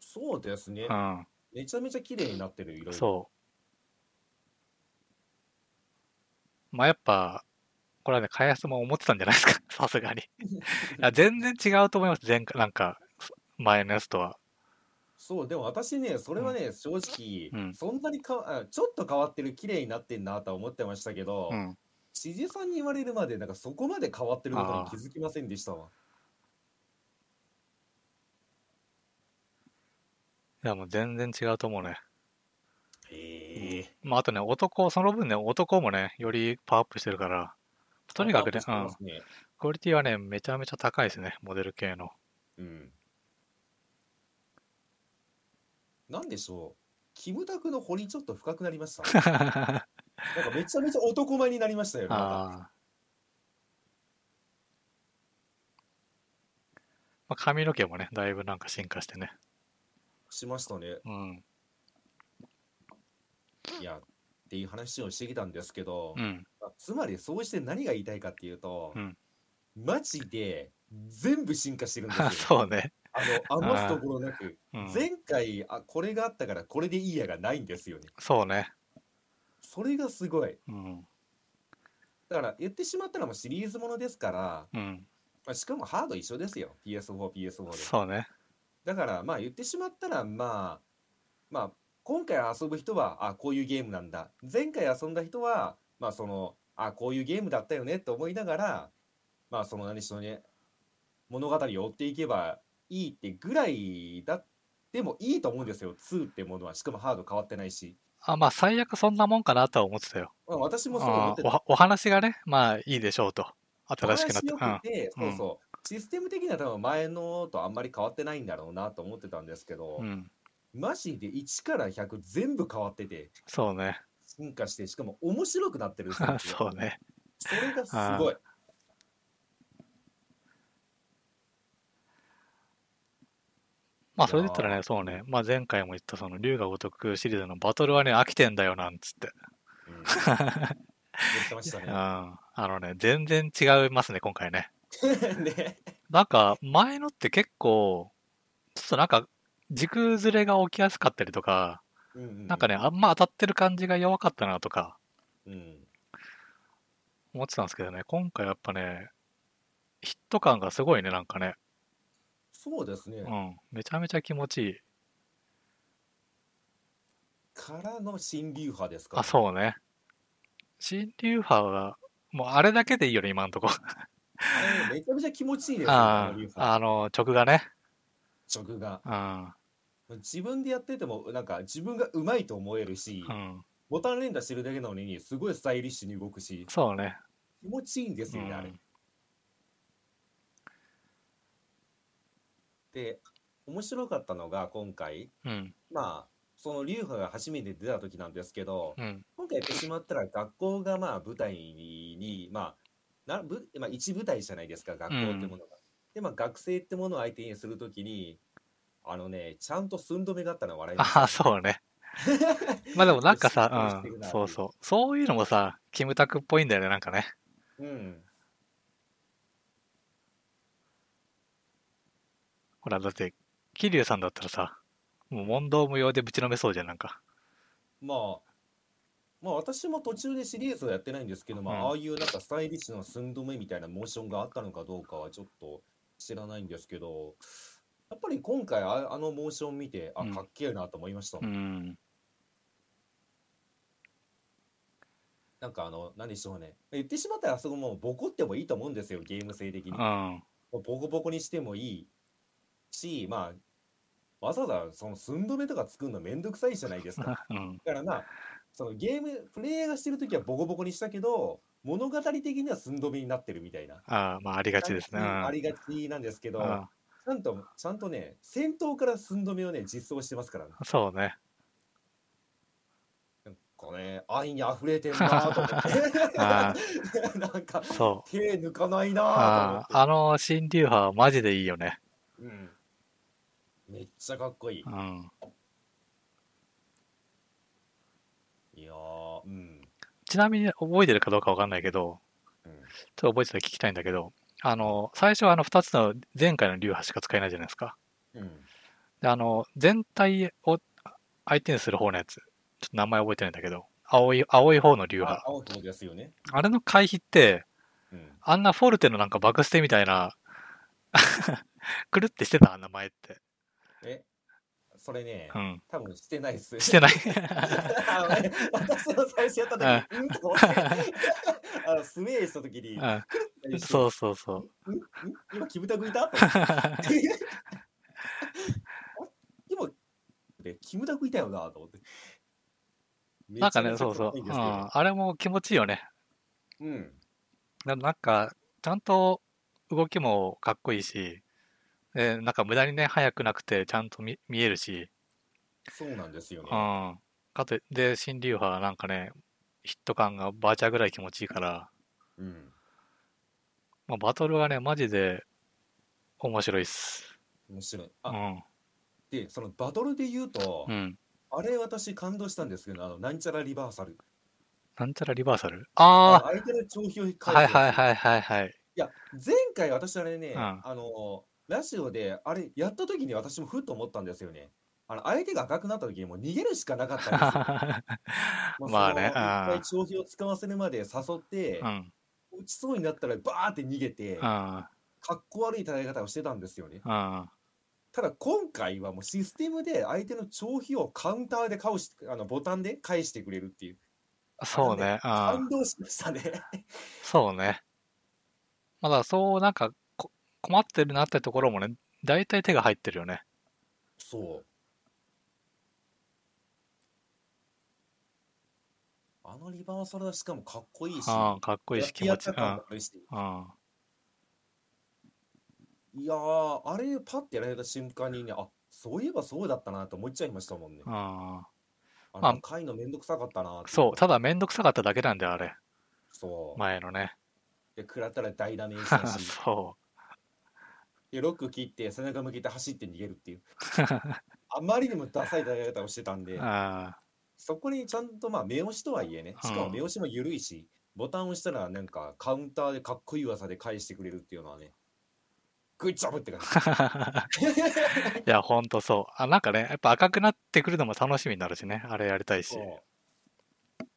[SPEAKER 2] そうですね
[SPEAKER 1] う。ん。
[SPEAKER 2] めちゃめちゃ綺麗になってる、いろいろ。
[SPEAKER 1] そう。まあやっぱ、これはね、開発も思ってたんじゃないです か、さすがに。いや、全然違うと思います、前回、なんか、前のやつとは。
[SPEAKER 2] そう、でも私ね、それはね、正直、
[SPEAKER 1] うん
[SPEAKER 2] そんなにかわあちょっと変わってる、綺麗になってんなとは思ってましたけど、
[SPEAKER 1] うん。
[SPEAKER 2] 知事さんに言われるまでなんかそこまで変わってることに気づきませんでしたわ。
[SPEAKER 1] いや、もう全然違うと思うね。
[SPEAKER 2] へえ。
[SPEAKER 1] まああとね、男、その分ね、男もね、よりパワーアップしてるから、とにかくね、
[SPEAKER 2] パ
[SPEAKER 1] う
[SPEAKER 2] ワー
[SPEAKER 1] ん
[SPEAKER 2] アップ。してますね
[SPEAKER 1] クオリティはね、めちゃめちゃ高いですね、モデル系の。
[SPEAKER 2] うん。なんでしょう。キムタクの彫りちょっと深くなり ました。なん
[SPEAKER 1] あ
[SPEAKER 2] かめちゃめちゃ男前になりましたよね。なんか
[SPEAKER 1] あ。まあ、髪の毛もね、だいぶなんか進化してね。
[SPEAKER 2] しましたね。
[SPEAKER 1] うん。
[SPEAKER 2] いや、っていう話をしてきたんですけど、
[SPEAKER 1] うん。
[SPEAKER 2] まあつまりそうして何が言いたいかっていうと、
[SPEAKER 1] うん
[SPEAKER 2] マジで全部進化してるんですよ
[SPEAKER 1] あ。 そうね。
[SPEAKER 2] あの、余すところなく、
[SPEAKER 1] うん、
[SPEAKER 2] 前回あ、これがあったからこれでいいやがないんですよね。
[SPEAKER 1] そうね。
[SPEAKER 2] それがすごい。
[SPEAKER 1] うん。
[SPEAKER 2] だから言ってしまったらもうシリーズものですから、
[SPEAKER 1] うん。
[SPEAKER 2] まあ、しかもハード一緒ですよ。PS4、PS4 で。
[SPEAKER 1] そうね。
[SPEAKER 2] だからまあ言ってしまったらまあまあ今回遊ぶ人はあこういうゲームなんだ前回遊んだ人はまあそのあこういうゲームだったよねと思いながらまあその何しろね物語を追っていけばいいってぐらいだでもいいと思うんですよ2ってものはしかもハード変わってないし、
[SPEAKER 1] あ、まあ、最悪そんなもんかなとは思ってたよ。
[SPEAKER 2] まあ、私もそう思
[SPEAKER 1] あ
[SPEAKER 2] っ
[SPEAKER 1] ー
[SPEAKER 2] てた
[SPEAKER 1] おはお話がね、まあ、いいでしょうと。新しくなっ
[SPEAKER 2] お
[SPEAKER 1] た。
[SPEAKER 2] 話よくて、
[SPEAKER 1] うん
[SPEAKER 2] そうそうシステム的には多分前のとあんまり変わってないんだろうなと思ってたんですけど、
[SPEAKER 1] うん。うん。
[SPEAKER 2] マジで1から100全部変わってて
[SPEAKER 1] そうね。
[SPEAKER 2] 進化してしかも面白くなってるんです
[SPEAKER 1] そうね。
[SPEAKER 2] それがすごい
[SPEAKER 1] まあ、それで言ったら
[SPEAKER 2] い
[SPEAKER 1] ね、そうね。まあ、前回も言った、その、竜が如くシリーズのバトルはね、飽きてんだよ、なんつって。
[SPEAKER 2] うん言ってました
[SPEAKER 1] うん。あのね、全然違いますね、今回ね。
[SPEAKER 2] ね ね
[SPEAKER 1] なんか、前のって結構、ちょっとなんか、軸ずれが起きやすかったりとか、
[SPEAKER 2] うんうん
[SPEAKER 1] なんかね、あんま当たってる感じが弱かったなとか
[SPEAKER 2] うん
[SPEAKER 1] 思ってたんですけどね、今回やっぱね、ヒット感がすごいね、なんかね。
[SPEAKER 2] そうですね、
[SPEAKER 1] うん。めちゃめちゃ気持ちいい。
[SPEAKER 2] からの新流派ですか
[SPEAKER 1] あ、そうね。新流派は、もうあれだけでいいよね、今んとこ。
[SPEAKER 2] あれめちゃめちゃ気持ちいいですよあ
[SPEAKER 1] あ
[SPEAKER 2] の流派
[SPEAKER 1] ああの、曲がね。
[SPEAKER 2] 直が
[SPEAKER 1] うん。
[SPEAKER 2] 自分でやっててもなんか自分がうまいと思えるし、
[SPEAKER 1] うん。
[SPEAKER 2] ボタン連打してるだけなのにすごいスタイリッシュに動くし
[SPEAKER 1] そうね。
[SPEAKER 2] 気持ちいいんですよね、あ
[SPEAKER 1] う
[SPEAKER 2] れ
[SPEAKER 1] ん
[SPEAKER 2] で面白かったのが今回
[SPEAKER 1] うん。
[SPEAKER 2] まあその流派が初めて出た時なんですけど
[SPEAKER 1] うん。
[SPEAKER 2] 今回やってしまったら学校がまあ舞台にまあなぶ、まあ、一舞台じゃないですか学校ってものが。でまあ学生ってものを相手にするときにあのねちゃんと寸止めがあったのは笑いました
[SPEAKER 1] あ、そう ね。まあでもなんか
[SPEAKER 2] しっ
[SPEAKER 1] さ
[SPEAKER 2] か、りして
[SPEAKER 1] う
[SPEAKER 2] る
[SPEAKER 1] ん。
[SPEAKER 2] な
[SPEAKER 1] そうそう。そういうのもさ、キムタクっぽいんだよね、なんかね。
[SPEAKER 2] うん
[SPEAKER 1] ほら、だって、桐生さんだったらさ、もう問答無用でぶちのめそうじゃん、なんか。
[SPEAKER 2] まあまあ私も途中でシリーズはやってないんですけど、ま
[SPEAKER 1] うん
[SPEAKER 2] あ、ああいうなんかスタイリッシュな寸止めみたいなモーションがあったのかどうかはちょっと知らないんですけどやっぱり今回ああのモーション見てあ
[SPEAKER 1] うん
[SPEAKER 2] かっけえなと思いました、
[SPEAKER 1] うん。
[SPEAKER 2] なんかあの何でしょうね言ってしまったらあそこもうボコってもいいと思うんですよゲーム性的に
[SPEAKER 1] う
[SPEAKER 2] も
[SPEAKER 1] ん。
[SPEAKER 2] うボコボコにしてもいいしまあわざわざその寸止めとか作るのめんどくさいじゃないですか
[SPEAKER 1] うん。
[SPEAKER 2] だからまあそのゲームプレイヤーがしてる時はボコボコにしたけど物語的には寸止めになってるみたいな
[SPEAKER 1] ああ、まあ、ありがちですね。う
[SPEAKER 2] あ
[SPEAKER 1] ん。
[SPEAKER 2] りがちなんですけど、
[SPEAKER 1] うん
[SPEAKER 2] ちゃんとちゃんとね戦闘から寸止めをね実装してますからね
[SPEAKER 1] そう ね。
[SPEAKER 2] なんかね愛に溢れてるなと 思
[SPEAKER 1] あ
[SPEAKER 2] って なんか
[SPEAKER 1] そう。
[SPEAKER 2] 手抜かない
[SPEAKER 1] あ
[SPEAKER 2] な
[SPEAKER 1] あ、あの、新流派はマジでいいよね。
[SPEAKER 2] と思って、うん、めっちゃかっこいい
[SPEAKER 1] うん。
[SPEAKER 2] いやーうん
[SPEAKER 1] ちなみに覚えてるかどうかわかんないけど、
[SPEAKER 2] うん
[SPEAKER 1] ちょっと覚えてたら聞きたいんだけど、あの、最初はあの2つの前回の流派しか使えないじゃないですか。
[SPEAKER 2] うん
[SPEAKER 1] で、あの、全体を相手にする方のやつ、ちょっと名前覚えてないんだけど、青い、青い方の流
[SPEAKER 2] あ
[SPEAKER 1] 派。
[SPEAKER 2] 青ってことですよね、
[SPEAKER 1] あれの回避って、
[SPEAKER 2] うん、
[SPEAKER 1] あんなフォルテのなんかバクステみたいな、 くるってしてた、名前って。
[SPEAKER 2] えそれね、
[SPEAKER 1] うん。
[SPEAKER 2] 多分してないっす
[SPEAKER 1] してない。
[SPEAKER 2] あのね私の最初やった時に、うんと思って、 あのスウェーした時に、
[SPEAKER 1] うん。そうそうそう。
[SPEAKER 2] うんん今、キムタクいたと思ってあ今、ねキムタクいたよなと思って。
[SPEAKER 1] なんかね、そうそう。
[SPEAKER 2] め
[SPEAKER 1] う
[SPEAKER 2] ち
[SPEAKER 1] ん。
[SPEAKER 2] ゃめちゃかっこいいんですけど
[SPEAKER 1] あれも気持ちいいよね。
[SPEAKER 2] うん。
[SPEAKER 1] ななんか、ちゃんと動きもかっこいいし、でなんか無駄にね、速くなくて、ちゃんと見見えるし、
[SPEAKER 2] そうなんですよ
[SPEAKER 1] うん。
[SPEAKER 2] ね。
[SPEAKER 1] かといで、新流派はなんかね、ヒット感がバーチャーぐらい気持ちいいから、
[SPEAKER 2] うん。
[SPEAKER 1] まあ、バトルがね、マジで面白いっす。
[SPEAKER 2] 面白い。
[SPEAKER 1] う
[SPEAKER 2] あ、
[SPEAKER 1] ん。
[SPEAKER 2] で、そのバトルで言うと
[SPEAKER 1] う、ん。
[SPEAKER 2] あれ私感動したんですけど、あの、なんちゃらリバーサル。
[SPEAKER 1] なんちゃらリバーサルあ
[SPEAKER 2] 相手の帳票を
[SPEAKER 1] あ
[SPEAKER 2] 返す
[SPEAKER 1] はい
[SPEAKER 2] やつ
[SPEAKER 1] はいはいはいはい。
[SPEAKER 2] いや前回私あれね、
[SPEAKER 1] うん
[SPEAKER 2] あのラジオであれやった時に私もふっと思ったんですよねあの相手が赤くなった時にもう逃げるしかなかったんで すよもうその
[SPEAKER 1] まあね
[SPEAKER 2] 一回
[SPEAKER 1] う
[SPEAKER 2] 消費を使わせるまで誘って、
[SPEAKER 1] うん。
[SPEAKER 2] 打ちそうになったらバーって逃げて、
[SPEAKER 1] うん。
[SPEAKER 2] かっこ悪い戦い方をしてたんですよね
[SPEAKER 1] うん。
[SPEAKER 2] ただ今回はもうシステムで相手の消費をカウンターで返しあのボタンで返してくれるっていう
[SPEAKER 1] そうね。あ
[SPEAKER 2] 感動しましたね
[SPEAKER 1] そうね。まだそう、なんかこ、困ってるなってところもね、大体手が入ってるよね。
[SPEAKER 2] そうあのリバーサルはしかもかっこいいし
[SPEAKER 1] ああ、かっこいいし、気持ち。
[SPEAKER 2] や
[SPEAKER 1] う
[SPEAKER 2] ってやった感
[SPEAKER 1] ん
[SPEAKER 2] も。あるし
[SPEAKER 1] うん。
[SPEAKER 2] いやーあれパッてやられた瞬間にねあそういえばそうだったなと思っちゃいましたもんね
[SPEAKER 1] うん。
[SPEAKER 2] あ
[SPEAKER 1] まあ
[SPEAKER 2] の回のめんどくさかったなって
[SPEAKER 1] そう、ただめんどくさかっただけなんだよ、あれ。
[SPEAKER 2] そう、
[SPEAKER 1] 前のね。
[SPEAKER 2] で食らったら大ダメージだ し
[SPEAKER 1] そ
[SPEAKER 2] でロック切って背中向けて走って逃げるっていう あまりにもダサい戦い方をしてたん
[SPEAKER 1] う。う
[SPEAKER 2] で
[SPEAKER 1] ん。
[SPEAKER 2] そこにちゃんとまあ目押しとはいえねしかも目押しも緩いしボタンを押したらなんかカウンターでかっこいい技で返してくれるっていうのはねグッジョブって感じ
[SPEAKER 1] いや、ほんとそう。あ、なんかね、やっぱ赤くなってくるのも楽しみになるしね。あれやりたいし。
[SPEAKER 2] そう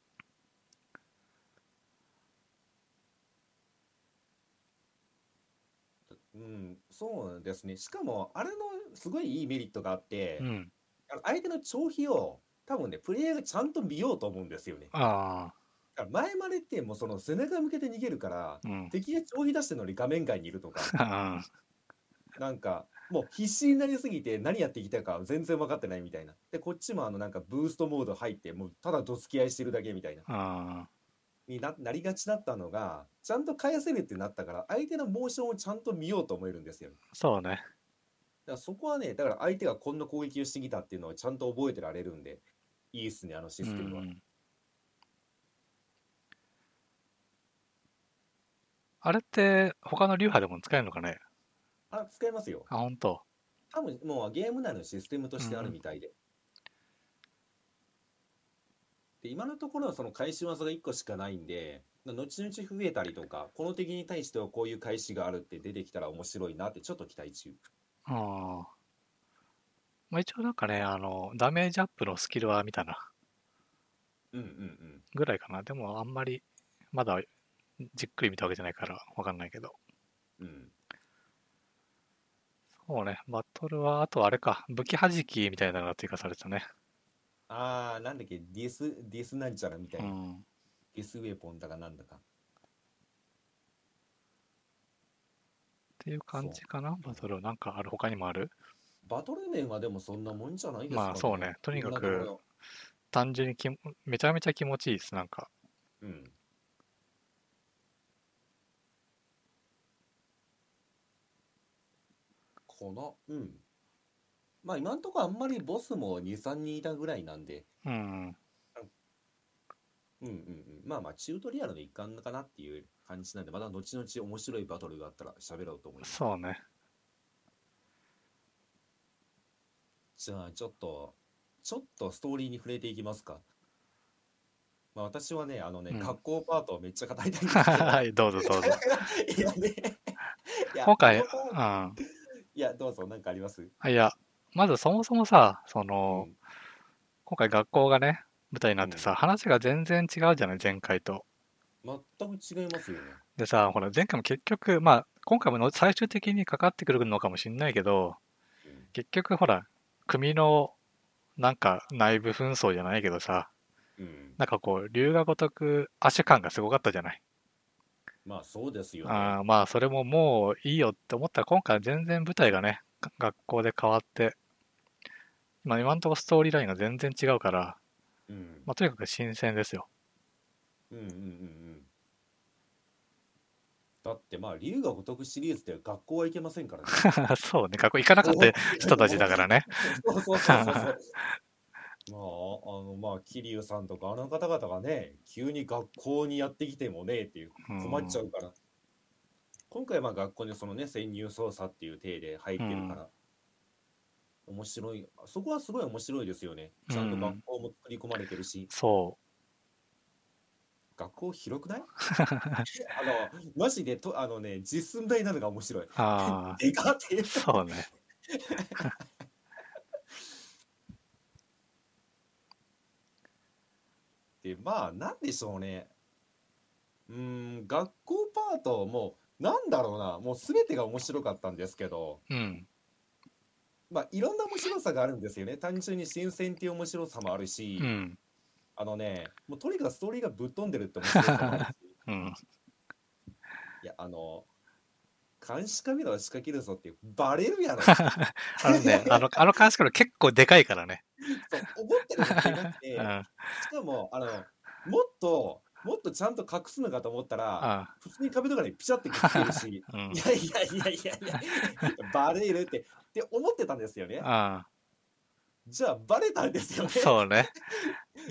[SPEAKER 2] うん、そうですね。しかも、あれのすごいいいメリットがあって、
[SPEAKER 1] うん。
[SPEAKER 2] あの相手の消費を多分ね、プレイヤーがちゃんと見ようと思うんですよね。
[SPEAKER 1] あ
[SPEAKER 2] だから前までってもうその背中向けて逃げるから、
[SPEAKER 1] あ、うん。
[SPEAKER 2] 敵が消費出してるのに画面外にい るとか、
[SPEAKER 1] うん。
[SPEAKER 2] なんかもう必死になりすぎて何やってきたか全然分かってないみたいな。で、こっちもあのなんかブーストモード入って、もうただどつき合いしてるだけみたいな。
[SPEAKER 1] うん。
[SPEAKER 2] にななりがちだったのが、ちゃんと返せるってなったから、相手のモーションをちゃんと見ようと思えるんですよね。
[SPEAKER 1] そうね。
[SPEAKER 2] だからそこはね、だから相手がこんな攻撃をしてきたっていうのをちゃんと覚えてられるんで、いいっすね、あのシ
[SPEAKER 1] う
[SPEAKER 2] ステムは。
[SPEAKER 1] ん。あれって、他の流派でも使えるのかね
[SPEAKER 2] あ、使えますよ。
[SPEAKER 1] あ、ほんと。
[SPEAKER 2] 多分もうゲーム内のシステムとしてあるみたいで。で今のところはその返し技が1個しかないんで、後々増えたりとか、この敵に対してはこういう返しがあるって出てきたら面白いなってちょっと期待中。
[SPEAKER 1] うん。まあ、一応なんかね、あの、ダメージアップのスキルは見たな。
[SPEAKER 2] うんうんうん。
[SPEAKER 1] ぐらいかな。でもあんまり、まだじっくり見たわけじゃないからわかんないけど。
[SPEAKER 2] うん、
[SPEAKER 1] そうね、バトルは、あとあれか、武器弾きみたいなのが追加されてたね。
[SPEAKER 2] あー、なんだっけ、ディス、ディスなんちゃらみたいうな。
[SPEAKER 1] ん。
[SPEAKER 2] ディスウェポンだかなんだか。
[SPEAKER 1] っていう感じかな、バトル。なんかある、他にもある。
[SPEAKER 2] バトル面はでもそんなもんじゃないですか
[SPEAKER 1] まあそうねとにかく
[SPEAKER 2] いろんなとこ
[SPEAKER 1] 単純にきめちゃめちゃ気持ちいいです、なんか。
[SPEAKER 2] ろうん。この、うん。まあ今のところあんまりボスも2、3人いたぐらいなんで、
[SPEAKER 1] うん。
[SPEAKER 2] うんうんうん。まあまあチュートリアルの一環かなっていう感じなんで、また後々面白いバトルがあったら喋ろうと思います。
[SPEAKER 1] そうね。
[SPEAKER 2] じゃあちょっと、ちょっとストーリーに触れていきますか。まあ私はね、あのね、
[SPEAKER 1] うん
[SPEAKER 2] 学校パートをめっちゃ語りたい んですけど、
[SPEAKER 1] はい、どうぞどうぞ。
[SPEAKER 2] いやね。いや
[SPEAKER 1] 今回、う
[SPEAKER 2] ここ
[SPEAKER 1] ん。あ
[SPEAKER 2] いや、どうぞ、なんかあります。
[SPEAKER 1] いや、まずそもそもさ、そうの、
[SPEAKER 2] ん
[SPEAKER 1] 今回学校がね、舞台になってさ、話が全然違うじゃない、前回と。
[SPEAKER 2] 全く違いますよね。
[SPEAKER 1] でさ、ほら、前回も結局、まあ、今回もの最終的にかかってくるのかもしんないけど、
[SPEAKER 2] うん
[SPEAKER 1] 結局、ほら、組の、なんか、内部紛争じゃないけどさ、
[SPEAKER 2] うん、
[SPEAKER 1] なんかこう、龍が如く、亜種感がすごかったじゃない。
[SPEAKER 2] まあ、そうですよね。
[SPEAKER 1] あーまあ、それももういいよって思ったら、今回は全然舞台がね、が学校で変わって、まあ、今んとこストーリーラインが全然違うから、
[SPEAKER 2] うん、
[SPEAKER 1] まあ、とにかく新鮮ですよ。
[SPEAKER 2] うん、うん、うん、うん。だって、まあ、龍が如くシリーズでは学校はいけませんからね。
[SPEAKER 1] そうね、学校行かなかった人たちだからね。
[SPEAKER 2] そうそうそうそう そう。まあ、あの、まあ、桐生さんとか、あの方々がね、急に学校にやってきてもね、っていう。
[SPEAKER 1] うん
[SPEAKER 2] 困っちゃうから、今回は学校にそのね潜入捜査っていう体で入ってるから、面白いそこはすごい面白いですよねちゃんと学校も作り込まれてるし、
[SPEAKER 1] そ。
[SPEAKER 2] 学校広くないあのマジでとあのね実寸大なのが面白いう
[SPEAKER 1] あ
[SPEAKER 2] でかっていう
[SPEAKER 1] あ、そうね。
[SPEAKER 2] でまあなんでしょうねうーん学校パートもなんだろうなもう全てが面白かったんですけど
[SPEAKER 1] うん。
[SPEAKER 2] まあいろんな面白さがあるんですよね単純に新鮮っていう面白さもあるし、
[SPEAKER 1] うん。
[SPEAKER 2] あのねもうとにかくストーリーがぶっ飛んでるって面白さもあ るし
[SPEAKER 1] うん。
[SPEAKER 2] いやあの監視カメラを仕掛けるぞってバレるやろ
[SPEAKER 1] あのね、あの、あの監視カメラ結構でかいから ね。
[SPEAKER 2] そう思ってるのと違くて、
[SPEAKER 1] うん。うん。
[SPEAKER 2] しかもあのもっともっとちゃんと隠すのかと思ったら普通に壁とかにピシャってくっつける し
[SPEAKER 1] うん。
[SPEAKER 2] いやいやいやいやいやバレるってって思ってたんですよね
[SPEAKER 1] うん。
[SPEAKER 2] じゃあバレたんですよね
[SPEAKER 1] そうね。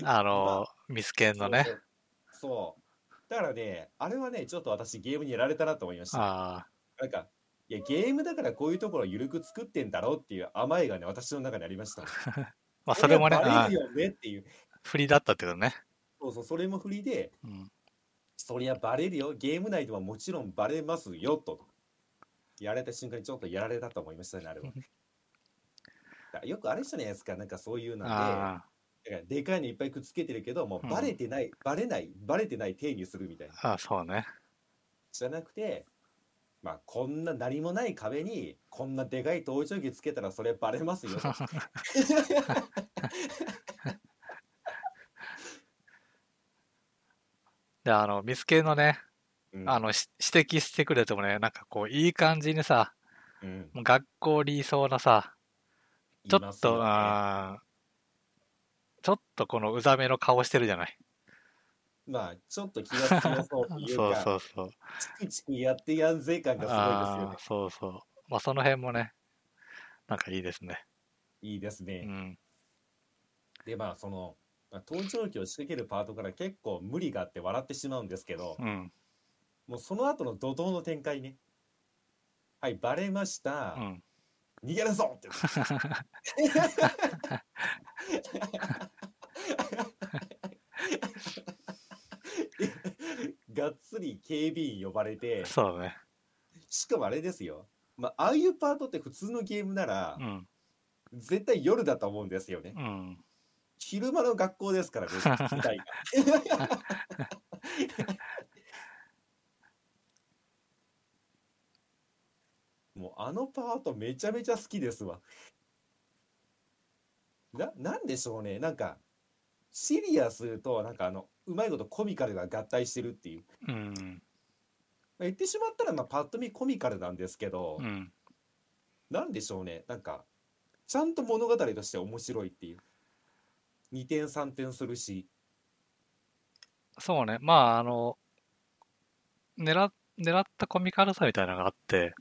[SPEAKER 1] あの、ミスケンのね。
[SPEAKER 2] そうそうだからねあれはねちょっと私ゲームにやられたなと思いました
[SPEAKER 1] あ
[SPEAKER 2] なんかいやゲームだからこういうところを緩く作ってんだろうっていう甘えがね私の中にありました
[SPEAKER 1] あ。 まあ、それもね、
[SPEAKER 2] こはバ
[SPEAKER 1] あ
[SPEAKER 2] レるよねっていう
[SPEAKER 1] 振りだったってことね。
[SPEAKER 2] そうそうそれも振りで
[SPEAKER 1] うん。
[SPEAKER 2] そりゃバレるよ。ゲーム内ではもちろんバレますよと。やられた瞬間にちょっとやられたと思いましたね、あれは。だよくあれじゃないですか、なんかそういうので、だか
[SPEAKER 1] あ
[SPEAKER 2] らでかいのいっぱいくっつけてるけど、もうバレてない、バレない、バレてない体にするみたいな。
[SPEAKER 1] あ。ああ、そうね。
[SPEAKER 2] じゃなくて、まあ、こんな何もない壁に、こんなでかい盗聴器つけたらそれバレますよと。
[SPEAKER 1] で、あの、ミスケンのね、
[SPEAKER 2] うん
[SPEAKER 1] あの、し指摘してくれてもね、なんかこう、いい感じにさ、
[SPEAKER 2] うん
[SPEAKER 1] もう学校にいそうなさ、ちょ
[SPEAKER 2] いま
[SPEAKER 1] っ
[SPEAKER 2] すよ
[SPEAKER 1] と、
[SPEAKER 2] ね
[SPEAKER 1] あーちょっとこのうざめの顔してるじゃない。
[SPEAKER 2] まあ、ちょっと気が強そうという
[SPEAKER 1] そう
[SPEAKER 2] か、
[SPEAKER 1] そうそう。
[SPEAKER 2] チクチクやってやんぜ感がすごいですよ
[SPEAKER 1] あ
[SPEAKER 2] ね
[SPEAKER 1] あー、。そうそう。まあ、その辺もね、なんかいいですね。
[SPEAKER 2] いいですね。
[SPEAKER 1] うん。
[SPEAKER 2] でまあそのまあ盗聴器を仕掛けるパートから結構無理があって笑ってしまうんですけど
[SPEAKER 1] うん。
[SPEAKER 2] もうその後の怒涛の展開ねはいバレました
[SPEAKER 1] う、ん。
[SPEAKER 2] 逃げるぞって がっつり警備員呼ばれて
[SPEAKER 1] そうね。
[SPEAKER 2] しかもあれですよ、まあああいうパートって普通のゲームなら
[SPEAKER 1] うん。
[SPEAKER 2] 絶対夜だと思うんですよね
[SPEAKER 1] うん。
[SPEAKER 2] 昼間の学校で すからね舞台が もうあのパートめちゃめちゃ好きですわななんでしょうねなんかシリアスとなんかあのうまいことコミカルが合体してるっていう、
[SPEAKER 1] うん。
[SPEAKER 2] まあ言ってしまったらまあパッと見コミカルなんですけど、
[SPEAKER 1] うん。
[SPEAKER 2] なんでしょうねなんかちゃんと物語として面白いっていう2点3点するし
[SPEAKER 1] そうね。まあ、あの、狙っ、狙ったコミカルさみたいなのがあって、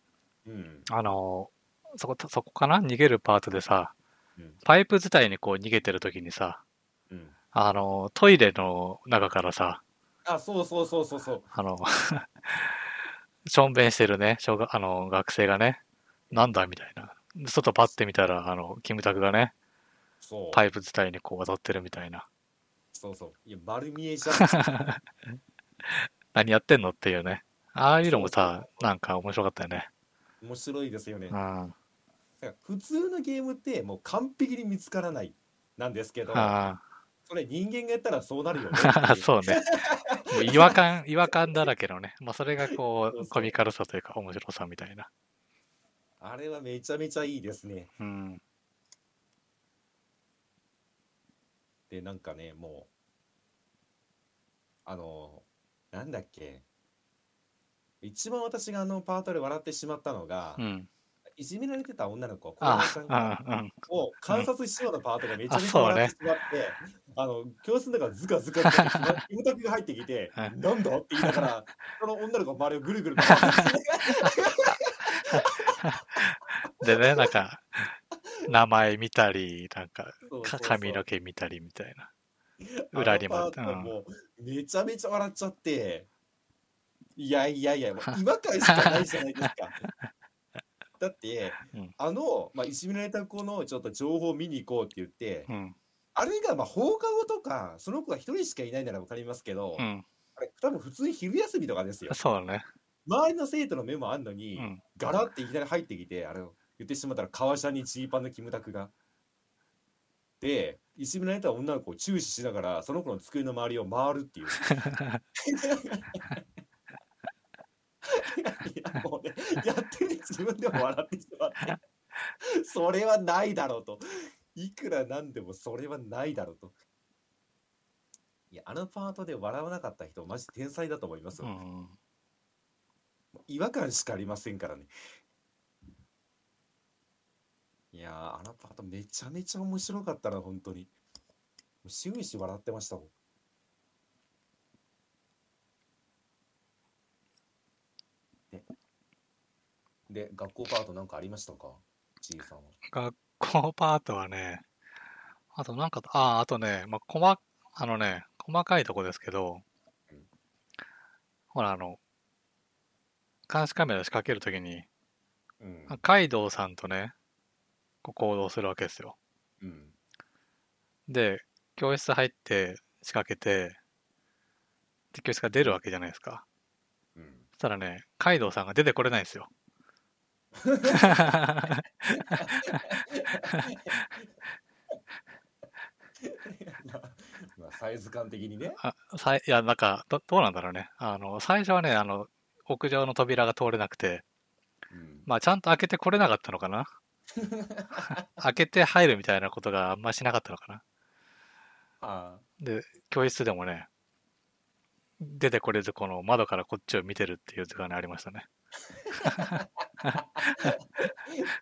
[SPEAKER 2] うん
[SPEAKER 1] あの、そこ、そこかな逃げるパートでさ、
[SPEAKER 2] うん
[SPEAKER 1] パイプ自体にこう逃げてる時にさ、
[SPEAKER 2] うん
[SPEAKER 1] あの、トイレの中からさ、
[SPEAKER 2] あ、そうそうそうそうそう。
[SPEAKER 1] あの、 しょんべんしてるね、小学、あの、学生がね、なんだみたいな。外パッて見たら、あの、キムタクがね、
[SPEAKER 2] そう。
[SPEAKER 1] パイプ伝いにこう渡ってるみたいな。
[SPEAKER 2] そうそう。いや、丸見えじゃん。
[SPEAKER 1] 何やってんのっていうね。ああいうのもさ
[SPEAKER 2] そ、
[SPEAKER 1] なんか面白かったよね。
[SPEAKER 2] 面白いですよね。
[SPEAKER 1] う
[SPEAKER 2] だか
[SPEAKER 1] ん。あ
[SPEAKER 2] ら普通のゲームってもう完璧に見つからないなんですけど、
[SPEAKER 1] あ
[SPEAKER 2] それ人間がやったらそうなるよねってい
[SPEAKER 1] ー。
[SPEAKER 2] う。
[SPEAKER 1] そう ね。もう違和感、違和感だらけのね。まあ、それがこ
[SPEAKER 2] そう
[SPEAKER 1] う、
[SPEAKER 2] そう
[SPEAKER 1] コミカルさというか、面白さみたいな。
[SPEAKER 2] あれはめちゃめちゃいいですね。
[SPEAKER 1] うん。
[SPEAKER 2] で、なんかね、もう、あの、なんだっけ。一番私があのパートで笑ってしまったのが、
[SPEAKER 1] うん。
[SPEAKER 2] いじめられてた女の子、小
[SPEAKER 1] あ
[SPEAKER 2] 林さんが、
[SPEAKER 1] あ、うん、うん。
[SPEAKER 2] を観察しようのパートがめちゃめ
[SPEAKER 1] あ
[SPEAKER 2] ちゃ
[SPEAKER 1] そうね
[SPEAKER 2] 笑ってしまって、あの教室の中ズカズカズ カキムタクが入ってきて
[SPEAKER 1] は
[SPEAKER 2] 「なんだ?」って言いなが らその女の子の周りをぐるぐる回って
[SPEAKER 1] でね、なん か、名前見たり、なんか、か髪の
[SPEAKER 2] 毛
[SPEAKER 1] 毛見たりみたいな。裏にも
[SPEAKER 2] も、もうめちゃめちゃ笑っちゃっていや いやいやもう違和感しかないじゃないですか。だって、
[SPEAKER 1] うん
[SPEAKER 2] あの、まあ、いじめられた子のちょっと情報を見に行こうって言って、
[SPEAKER 1] うん。
[SPEAKER 2] あれがまあ放課後とかその子が一人しかいないならわかりますけど、
[SPEAKER 1] うん。
[SPEAKER 2] あれ多分普通に昼休みとかですよ。
[SPEAKER 1] そうね。
[SPEAKER 2] 周りの生徒の目もあんのに、
[SPEAKER 1] うん。
[SPEAKER 2] ガラっていきなり入ってきてあれを言ってしまったら革シャンにジーパンのキムタクが。でいじめられた女の子を注視しながらその子の机の周りを回るっていう。いやもうねやってる自分でも笑ってしまってそれはないだろうと。いくらなんでもそれはないだろうと。いや、あのパートで笑わなかった人、マジ天才だと思います
[SPEAKER 1] う
[SPEAKER 2] よ。
[SPEAKER 1] ん。
[SPEAKER 2] 違和感しかありませんからね。いやー、あのパートめちゃめちゃ面白かったな、本当に。終始笑ってましたもん。で、で学校パートなんかありましたかちいさんは。
[SPEAKER 1] 学校パートはね、あとなんか、ああ、あとね、まあ、細、あのね、細かいとこですけど
[SPEAKER 2] うん、
[SPEAKER 1] ほら、あの、監視カメラ仕掛けるときに、
[SPEAKER 2] うん
[SPEAKER 1] カイドウさんとね、こう行動するわけですよ。
[SPEAKER 2] うん。
[SPEAKER 1] で、教室入って仕掛けて、で、教室から出るわけじゃないですか。
[SPEAKER 2] うん。
[SPEAKER 1] そしたらね、カイドウさんが出てこれないんですよ。
[SPEAKER 2] まあ、 まあサイズ感的にね。
[SPEAKER 1] あさいいや、なんかど、どうなんだろうね。あの、最初はね、あの、屋上の扉が通れなくて、
[SPEAKER 2] うん
[SPEAKER 1] まあ、ちゃんと開けてこれなかったのかな。開けて入るみたいなことがあんましなかったのかな。
[SPEAKER 2] あ
[SPEAKER 1] で、教室でもね、出てこれず、この窓からこっちを見てるっていう図がね、ありましたね。
[SPEAKER 2] ー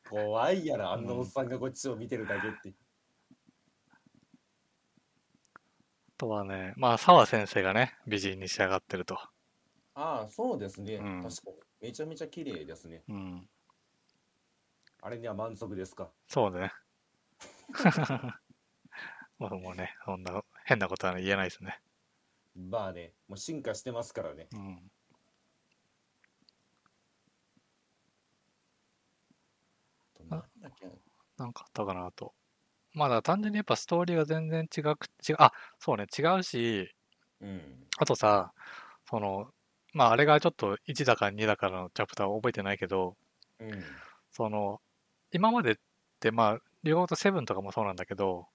[SPEAKER 2] 怖いやら、あんな
[SPEAKER 1] うん
[SPEAKER 2] おっさんがこっちを見てるだけって。
[SPEAKER 1] あとはね、まあ、澤先生がね、美人に仕上がってると。
[SPEAKER 2] ああ、そうですね。
[SPEAKER 1] うん
[SPEAKER 2] 確かに。めちゃめちゃ綺麗ですね。
[SPEAKER 1] うん。
[SPEAKER 2] あれには満足ですか。
[SPEAKER 1] そうね。 まあもうね、そんな変なことは言えないですね。
[SPEAKER 2] まあね、もう進化してますからね。
[SPEAKER 1] うん。
[SPEAKER 2] となんだっけ
[SPEAKER 1] なんかあったかなと。まあだから単純にやっぱストーリーが全然違く、違う、あ、そうね、違うし、
[SPEAKER 2] うん。
[SPEAKER 1] あとさ、その、まああれがちょっと1だか2だかのチャプターを覚えてないけど、
[SPEAKER 2] うん。
[SPEAKER 1] その、今までってまあ、両方とセブンとかもそうなんだけど、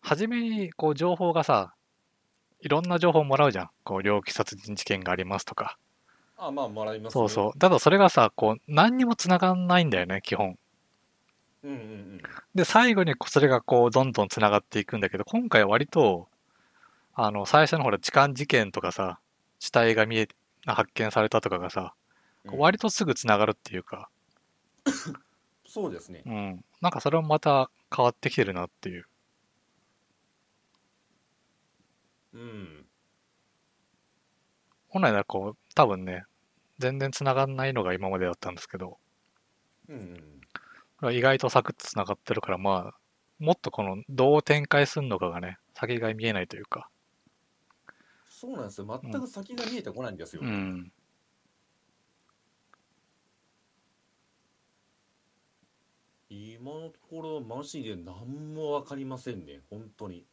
[SPEAKER 1] 初めにこう情報がさ、いろんな情報もらうじゃん。こう、猟奇殺人事件がありますとか。
[SPEAKER 2] あまあ、もらいますね。
[SPEAKER 1] そうそう。ただそれがさ、こう、何にも繋がんないんだよね、基本。
[SPEAKER 2] う。うんうんうん。
[SPEAKER 1] で、最後にこうそれがこう、どんどん繋がっていくんだけど、今回は割と、あの、最初のほら、痴漢事件とかさ、死体が見え、発見されたとかがさ、こう
[SPEAKER 2] うん
[SPEAKER 1] 割とすぐ繋がるっていうか、
[SPEAKER 2] そうですね
[SPEAKER 1] う。ん。なんかそれもまた変わってきてるなっていう。
[SPEAKER 2] うん。
[SPEAKER 1] 本来ならこう、多分ね、全然繋がんないのが今までだったんですけど、
[SPEAKER 2] うんうん。
[SPEAKER 1] 意外とサクッと繋がってるから、まあ、もっとこの、どう展開するのかがね、先が見えないというか、
[SPEAKER 2] そうなんですよ。全く先が見えてこないんですよ。
[SPEAKER 1] うん。
[SPEAKER 2] 今のところマジで何もわかりませんね本当に、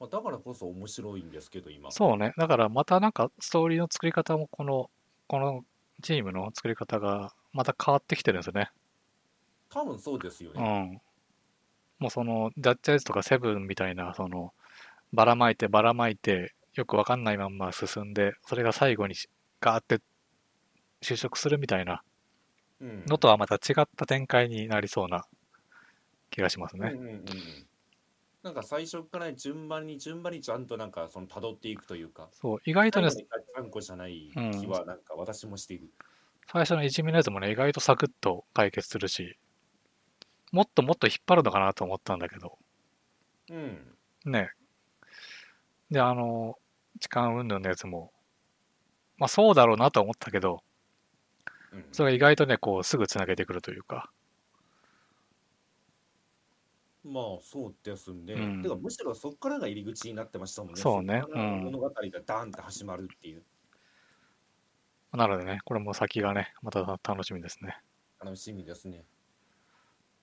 [SPEAKER 2] まあ、だからこそ面白いんですけど今
[SPEAKER 1] そうね。だからまたなんかストーリーの作り方もこの、このチームの作り方がまた変わってきてるんですよね。
[SPEAKER 2] 多分そうですよ
[SPEAKER 1] う
[SPEAKER 2] ね、
[SPEAKER 1] ん。もうその、ジャッジアイズとかセブンみたいな、その、ばらまいてばらまいて、よくわかんないまんま進んで、それが最後にしガーって就職するみたいな
[SPEAKER 2] うん
[SPEAKER 1] のとはまた違った展開になりそうな気がします
[SPEAKER 2] うんうん
[SPEAKER 1] ね。
[SPEAKER 2] うんうんなんか最初から順番に順番にちゃんとなんかその辿っていくというか
[SPEAKER 1] そう、意外と
[SPEAKER 2] 最
[SPEAKER 1] ね
[SPEAKER 2] 後、にガッチャンコじゃない気はなんか私もしている、
[SPEAKER 1] 最初のいじめのやつもね、意外とサクッと解決するし、もっともっと引っ張るのかなと思ったんだけど、
[SPEAKER 2] うん
[SPEAKER 1] ねで、あの、痴漢云々のやつも、まあそうだろうなとは思ったけど、
[SPEAKER 2] うん
[SPEAKER 1] それが意外とね、こうすぐつなげてくるというか、
[SPEAKER 2] まあそうですね、
[SPEAKER 1] うん
[SPEAKER 2] てかむしろそこからが入り口になってましたもんね
[SPEAKER 1] そうね
[SPEAKER 2] そこから
[SPEAKER 1] うん
[SPEAKER 2] 物語がダンって始まるっていう
[SPEAKER 1] なのでね、これも先がね、また楽しみですね。
[SPEAKER 2] 楽しみですね。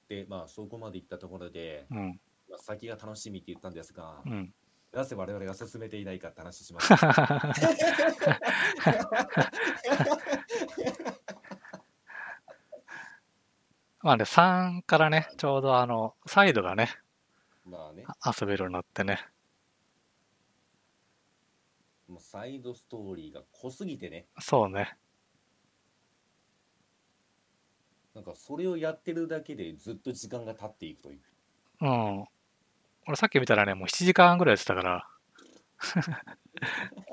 [SPEAKER 2] で、まあ、そこまで行ったところで、
[SPEAKER 1] うん、
[SPEAKER 2] まあ先が楽しみって言ったんですが
[SPEAKER 1] う、ん。
[SPEAKER 2] なぜ我々が進めていないかって話し ました。
[SPEAKER 1] まあね、3からね、ちょうどあの、サイドがね、
[SPEAKER 2] まあね、
[SPEAKER 1] あ遊べるようになってね、
[SPEAKER 2] もうサイドストーリーが濃すぎてね、
[SPEAKER 1] そうね、
[SPEAKER 2] なんかそれをやってるだけでずっと時間が経っていくという。
[SPEAKER 1] うん。俺さっき見たらね、もう7時間ぐらいやってたから、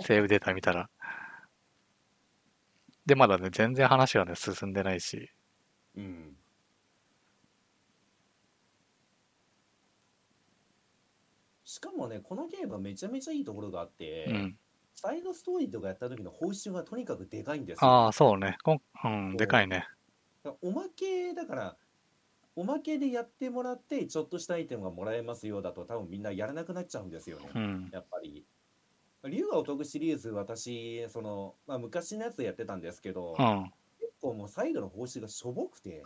[SPEAKER 1] セーブデータ見たら。で、まだね、全然話はね、進んでないし、
[SPEAKER 2] うん。しかもね、このゲームはめちゃめちゃいいところがあって、
[SPEAKER 1] うん。
[SPEAKER 2] サイドストーリーとかやった時の報酬がとにかくでかいんですよ。
[SPEAKER 1] ああ、そうね。こんうん、でかいね。
[SPEAKER 2] だからおまけだからおまけでやってもらってちょっとしたアイテムがもらえますよだと多分みんなやらなくなっちゃうんですよね、
[SPEAKER 1] うん。
[SPEAKER 2] やっぱり。竜がお得シリーズ私その、まあ、昔のやつやってたんですけど、
[SPEAKER 1] うん。
[SPEAKER 2] 結構もうサイドの報酬がしょぼ くて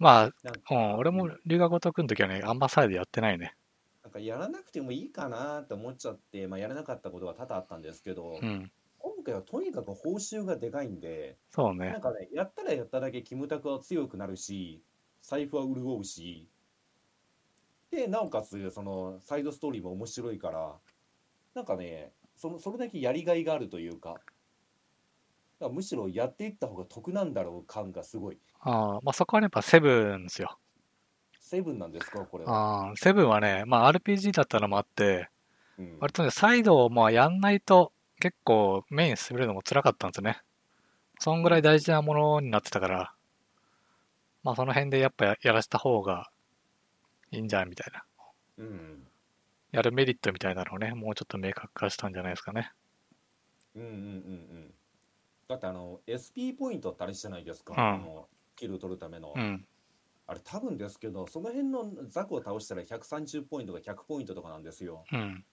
[SPEAKER 1] ま
[SPEAKER 2] なん
[SPEAKER 1] あ、うん、俺も留学ごとくん時はね、あんまサイドやってないね。
[SPEAKER 2] なんかやらなくてもいいかなって思っちゃって、まあ、やらなかったことが多々あったんですけど、
[SPEAKER 1] うん。
[SPEAKER 2] 今回はとにかく報酬がでかいんで
[SPEAKER 1] そう
[SPEAKER 2] な
[SPEAKER 1] ね
[SPEAKER 2] ん。かねやったらやっただけキムタクは強くなるし財布は潤うしでなおかつそのサイドストーリーも面白いからなんかねそのそれだけやりがいがあるというかだからむしろやっていった方が得なんだろう感がすごい
[SPEAKER 1] ああ、まあそこはね、やっぱセブンですよ。
[SPEAKER 2] セブンなんですかこれは、
[SPEAKER 1] ああ、セブンはね、まあ RPG だったのもあって、
[SPEAKER 2] うん
[SPEAKER 1] 割とね、サイドをまあやんないと結構メイン滑るのも辛かったんですよね。そんぐらい大事なものになってたから、まあその辺でやっぱややらした方がいいんじゃんみたいな。
[SPEAKER 2] うん
[SPEAKER 1] やるメリットみたいなのをね、もうちょっと明確化したんじゃないですかね。
[SPEAKER 2] うんうんうんうんだってあの SP ポイントってあれじゃないですか、
[SPEAKER 1] うん
[SPEAKER 2] あのキル取るための、
[SPEAKER 1] うん。
[SPEAKER 2] あれ多分ですけどその辺のザクを倒したら130ポイントが100ポイントとかなんですよ
[SPEAKER 1] うん。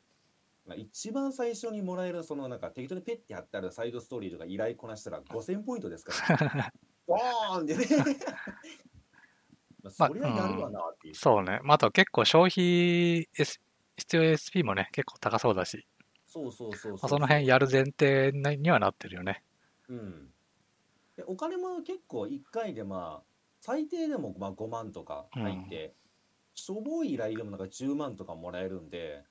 [SPEAKER 2] まあ、一番最初にもらえるそのなんか適当にペッてやったらサイドストーリーとか依頼こなしたら5000ポイントですから、ね、 ドーンでね
[SPEAKER 1] ま
[SPEAKER 2] まあ
[SPEAKER 1] あ
[SPEAKER 2] そりゃやるわなっていう、
[SPEAKER 1] そうね。まああとは結構消費、S、必要 SP もね、結構高そうだし、
[SPEAKER 2] そうそうそう
[SPEAKER 1] ま
[SPEAKER 2] そ
[SPEAKER 1] あ
[SPEAKER 2] う
[SPEAKER 1] その辺やる前提なにはなってるよね。
[SPEAKER 2] うんでお金も結構1回でまあ最低でもまあ5万とか入って、しょぼい依頼でもなんか10万とかもらえるんで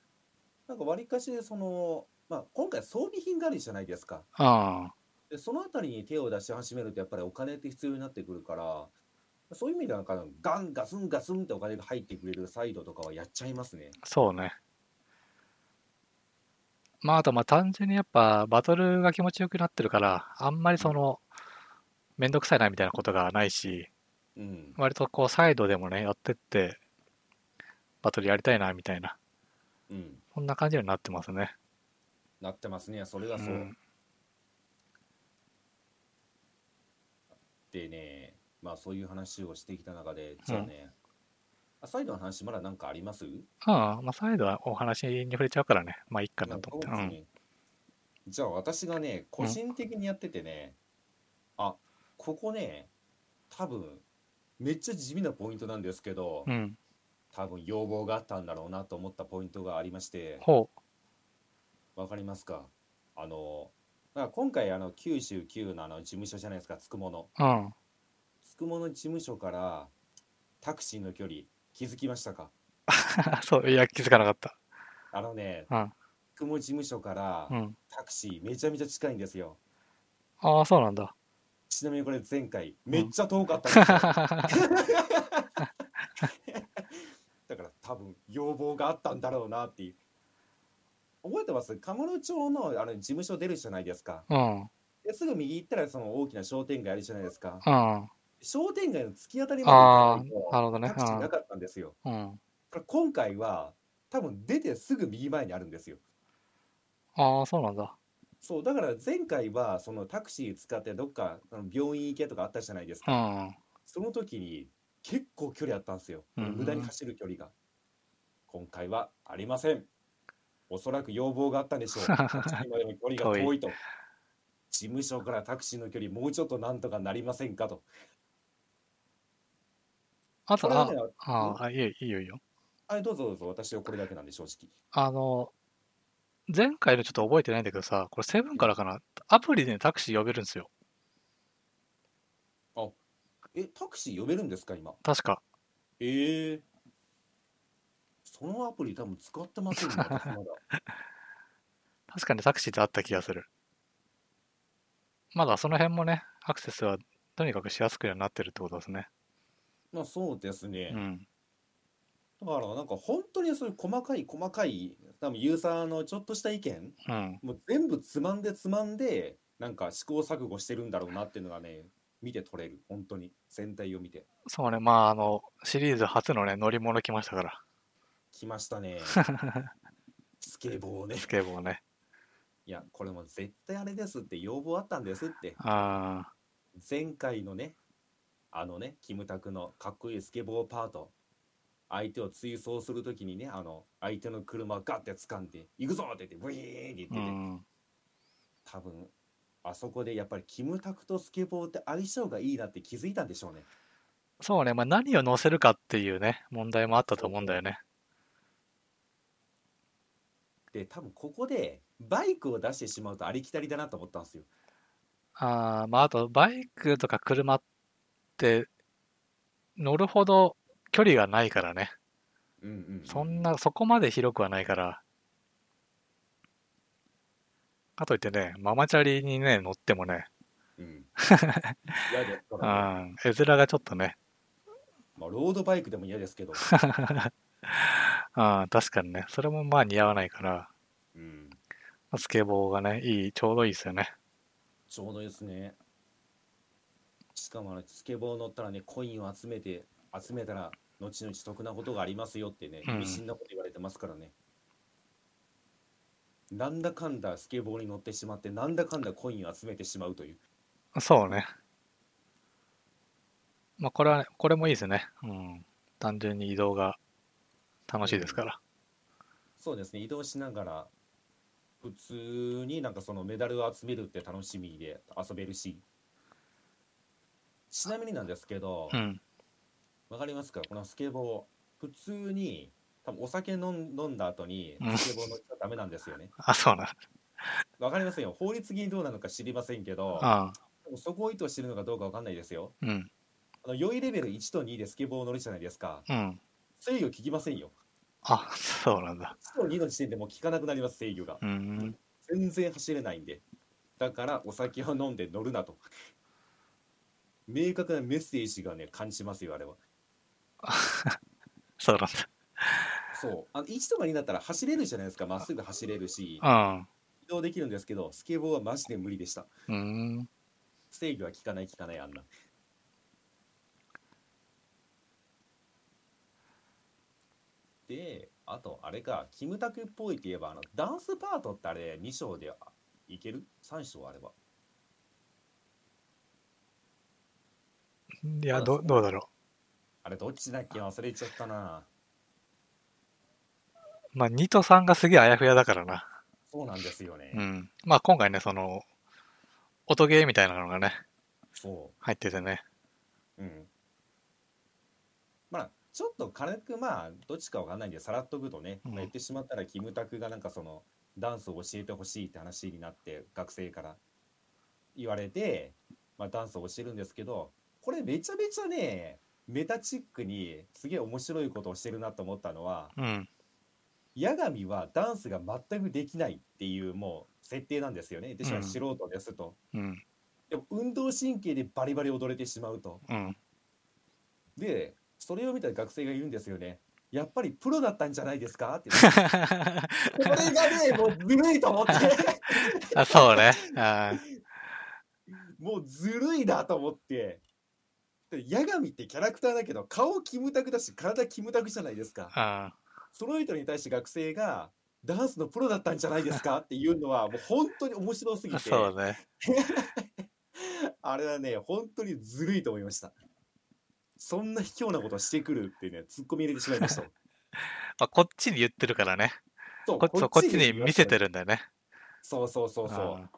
[SPEAKER 2] なんかわりかしその、まあ、今回装備品があるじゃないですか
[SPEAKER 1] うん。
[SPEAKER 2] でそのあたりに手を出し始めるとやっぱりお金って必要になってくるからそういう意味ではなんかガンガスンガスンってお金が入ってくれるサイドとかはやっちゃいますね。
[SPEAKER 1] そうね。まあ、あと、まあ、単純にやっぱ、バトルが気持ちよくなってるから、あんまりその、めんどくさいなみたいなことがないし、
[SPEAKER 2] うん、
[SPEAKER 1] 割とこう、サイドでもね、やってって、バトルやりたいな、みたいな、
[SPEAKER 2] うん、
[SPEAKER 1] そんな感じになってますね。
[SPEAKER 2] なってますねそれ
[SPEAKER 1] う
[SPEAKER 2] がそう。
[SPEAKER 1] ん。
[SPEAKER 2] でねまあそういう話をしてきた中でじゃあね、あサイドの話まだ何かあります
[SPEAKER 1] うんまあ、サイドはお話に触れちゃうからね、まあ、いいかなと思って。
[SPEAKER 2] そう
[SPEAKER 1] う
[SPEAKER 2] です
[SPEAKER 1] ん。
[SPEAKER 2] ねじゃあ私がね個人的にやっててね、あここね多分めっちゃ地味なポイントなんですけど、
[SPEAKER 1] うん。
[SPEAKER 2] 多分要望があったんだろうなと思ったポイントがありまして
[SPEAKER 1] ほ
[SPEAKER 2] わかりますかあのまあ今回あの99のあの事務所じゃないですかつくもの
[SPEAKER 1] う。うん。
[SPEAKER 2] つくもの事務所からタクシーの距離気づきましたか
[SPEAKER 1] そう、いや、気づかなかった。
[SPEAKER 2] あのね
[SPEAKER 1] うん
[SPEAKER 2] つくも事務所から
[SPEAKER 1] うん。
[SPEAKER 2] タクシーめちゃめちゃ近いんですよ
[SPEAKER 1] ああ、そうなんだ。
[SPEAKER 2] ちなみにこれ前回めっちゃ遠かったんですよ、 だから多分要望があったんだろうなっていう覚えてます鴨野町のあの事務所出るじゃないですか
[SPEAKER 1] うん。うん。
[SPEAKER 2] ですぐ右行ったらその大きな商店街あるじゃないですか。
[SPEAKER 1] あ
[SPEAKER 2] 商店街の突き当たり
[SPEAKER 1] あ
[SPEAKER 2] まで行
[SPEAKER 1] ー、な
[SPEAKER 2] か
[SPEAKER 1] るほど
[SPEAKER 2] ない
[SPEAKER 1] ね
[SPEAKER 2] とタ。クシーなかったんですよ。
[SPEAKER 1] うん。うん。
[SPEAKER 2] これ今回は多分出てすぐ右前にあるんですよ。
[SPEAKER 1] ああ、そうなんだ。
[SPEAKER 2] そうだから前回はそのタクシー使ってどっかあの病院行けとかあったじゃないです
[SPEAKER 1] う
[SPEAKER 2] か。
[SPEAKER 1] ん。
[SPEAKER 2] その時に結構距離あったんですよ。
[SPEAKER 1] うん
[SPEAKER 2] 無駄に走る距離が。今回はありません。おそらく要望があったんで しょう。タクシーまでの距離が遠いと。事務所からタクシーの距離もうちょっとなんとかなりませんかと。
[SPEAKER 1] あ、
[SPEAKER 2] ことれ
[SPEAKER 1] あ
[SPEAKER 2] は、ね、
[SPEAKER 1] ああ、いいよ、いいよ、いいよ。
[SPEAKER 2] はい、どうぞどうぞ、私はこれだけなんで、正直。
[SPEAKER 1] あの、前回のちょっと覚えてないんだけどさ、これセブンからかな、アプリでねタクシー呼べるんですよ。
[SPEAKER 2] え、タクシー呼べるんですか、今。
[SPEAKER 1] 確か。
[SPEAKER 2] ええそのアプリ多分使ってませんね、私 まだ。
[SPEAKER 1] 確かにタクシーってあった気がする。まだその辺もね、アクセスはとにかくしやすくようになってるってことですね。
[SPEAKER 2] まあそうですね
[SPEAKER 1] う。ん。
[SPEAKER 2] だからなんか本当にそういう細かい細かい多分ユーザーのちょっとした意見
[SPEAKER 1] うん。
[SPEAKER 2] もう全部つまんでつまんでなんか試行錯誤してるんだろうなっていうのがね見て取れる本当に全体を見て
[SPEAKER 1] そうね、まあ、あの、シリーズ初のね、乗り物来ましたか
[SPEAKER 2] きましたねスケボーね
[SPEAKER 1] ら、スケボーね。
[SPEAKER 2] いやこれも絶対あれですって要望あったんですって
[SPEAKER 1] ああ、
[SPEAKER 2] 前回のねあのねキムタクのかっこいいスケボーパート相手を追走するときにねあの相手の車をガッて掴んで「行くぞ!」って言ってブイーンって言って
[SPEAKER 1] う
[SPEAKER 2] て、
[SPEAKER 1] ん。
[SPEAKER 2] 多分あそこでやっぱりキムタクとスケボーって相性がいいなって気づいたんでしょうね
[SPEAKER 1] そうね、まあ、何を乗せるかっていうね、問題もあったと思うんだよね。
[SPEAKER 2] で多分ここでバイクを出してしまうとありきたりだなと思ったんですよ
[SPEAKER 1] ああ、まあ、あと、バイクとか車って、乗るほど距離がないからね。
[SPEAKER 2] うんうん
[SPEAKER 1] そんな、そこまで広くはないから。かといってね、ママチャリにね、乗ってもね、
[SPEAKER 2] うん嫌ですか
[SPEAKER 1] う
[SPEAKER 2] らね、
[SPEAKER 1] ん、絵面がちょっとね、
[SPEAKER 2] まあ、ロードバイクでも嫌ですけど、
[SPEAKER 1] うん、確かにね、それもまあ似合わないから、
[SPEAKER 2] うん、
[SPEAKER 1] スケボーがね、いい、ちょうどいいですよね。
[SPEAKER 2] ちょうどいいですねしかもあのスケボー乗ったらねコインを集めて集めたら後々得なことがありますよってね
[SPEAKER 1] うん
[SPEAKER 2] 意味深なこと言われてますからね、なんだかんだスケボーに乗ってしまってなんだかんだコインを集めてしまうという
[SPEAKER 1] そうね。まあ、これはね、これもいいですね。うん。単純に移動が楽しいですから。
[SPEAKER 2] そうですね移動しながら普通になんかそのメダルを集めるって楽しみで遊べるしちなみになんですけど
[SPEAKER 1] うん。
[SPEAKER 2] わかりますかこのスケボー普通に多分お酒飲ん飲んだ後に
[SPEAKER 1] うん
[SPEAKER 2] スケボー乗っちゃダメなんですよね
[SPEAKER 1] あ、そうな
[SPEAKER 2] わかりませんよ法律的にどうなのか知りませんけど
[SPEAKER 1] の。
[SPEAKER 2] でもそこを意図してるのかどうかわかんないですよ
[SPEAKER 1] うん。うん。
[SPEAKER 2] あの良いレベル1と2でスケボー乗るじゃないですか
[SPEAKER 1] うん。
[SPEAKER 2] 制御聞きませんよ
[SPEAKER 1] あ、そうなんだ。
[SPEAKER 2] 1と2の時点でもう聞かなくなります制御が
[SPEAKER 1] うん。
[SPEAKER 2] 全然走れないんでだからお酒を飲んで乗るなと明確なメッセージがね感じますよあれは
[SPEAKER 1] そうなん
[SPEAKER 2] そうあの1とか2だったら走れるじゃないですかまっすぐ走れるし
[SPEAKER 1] だ。
[SPEAKER 2] 移動できるんですけどスケボーはマジで無理でした
[SPEAKER 1] うん。うん。
[SPEAKER 2] 制御は効かない効かないあんなであとあれかキムタクっぽいって言えばあのダンスパートってあれ2章でいける ?3 章あれば
[SPEAKER 1] いや、どう、どうだろ
[SPEAKER 2] あれどっちだっけ忘れちゃったな
[SPEAKER 1] う。まあ、2と3がすげえあやふやだからな。
[SPEAKER 2] そうなんですよね、
[SPEAKER 1] うん。まあ、今回ね、その、音ゲーみたいなのがね、
[SPEAKER 2] そ
[SPEAKER 1] 入っててね。
[SPEAKER 2] ううんまあちょっと軽くまあどっちかわかんないんでさらっとくとね、
[SPEAKER 1] うん
[SPEAKER 2] まあ言ってしまったらキムタクがなんかそのダンスを教えてほしいって話になって学生から言われて、まあ、ダンスを教えるんですけどこれめちゃめちゃねメタチックにすげえ面白いことをしてるなと思ったのは
[SPEAKER 1] うん。
[SPEAKER 2] 八神はダンスが全くできないっていうもう設定なんですよね。言ってしまえば
[SPEAKER 1] うん
[SPEAKER 2] 素人ですと。
[SPEAKER 1] うん。
[SPEAKER 2] でも運動神経でバリバリ踊れてしまうと。
[SPEAKER 1] うん。
[SPEAKER 2] でそれを見た学生がいるんですよねやっぱりプロだったんじゃないですか って言ってこれがねもうずるいと思って
[SPEAKER 1] あ、そうね。あー
[SPEAKER 2] もうずるいなと思ってで八神ってキャラクターだけど顔キムタクだし体キムタクじゃないですか
[SPEAKER 1] あ
[SPEAKER 2] その人に対して学生がダンスのプロだったんじゃないですかっていうのはもう本当に面白すぎ
[SPEAKER 1] ー。
[SPEAKER 2] て
[SPEAKER 1] そうね。
[SPEAKER 2] あれはね本当にずるいと思いましたそんな卑怯なことしてくるってね突っ込み入れてしまいま した
[SPEAKER 1] まあ、こっちに言ってるからね。
[SPEAKER 2] そう
[SPEAKER 1] こそうこっちに見せて
[SPEAKER 2] る
[SPEAKER 1] るんだよね。
[SPEAKER 2] そうそうそうそう
[SPEAKER 1] うん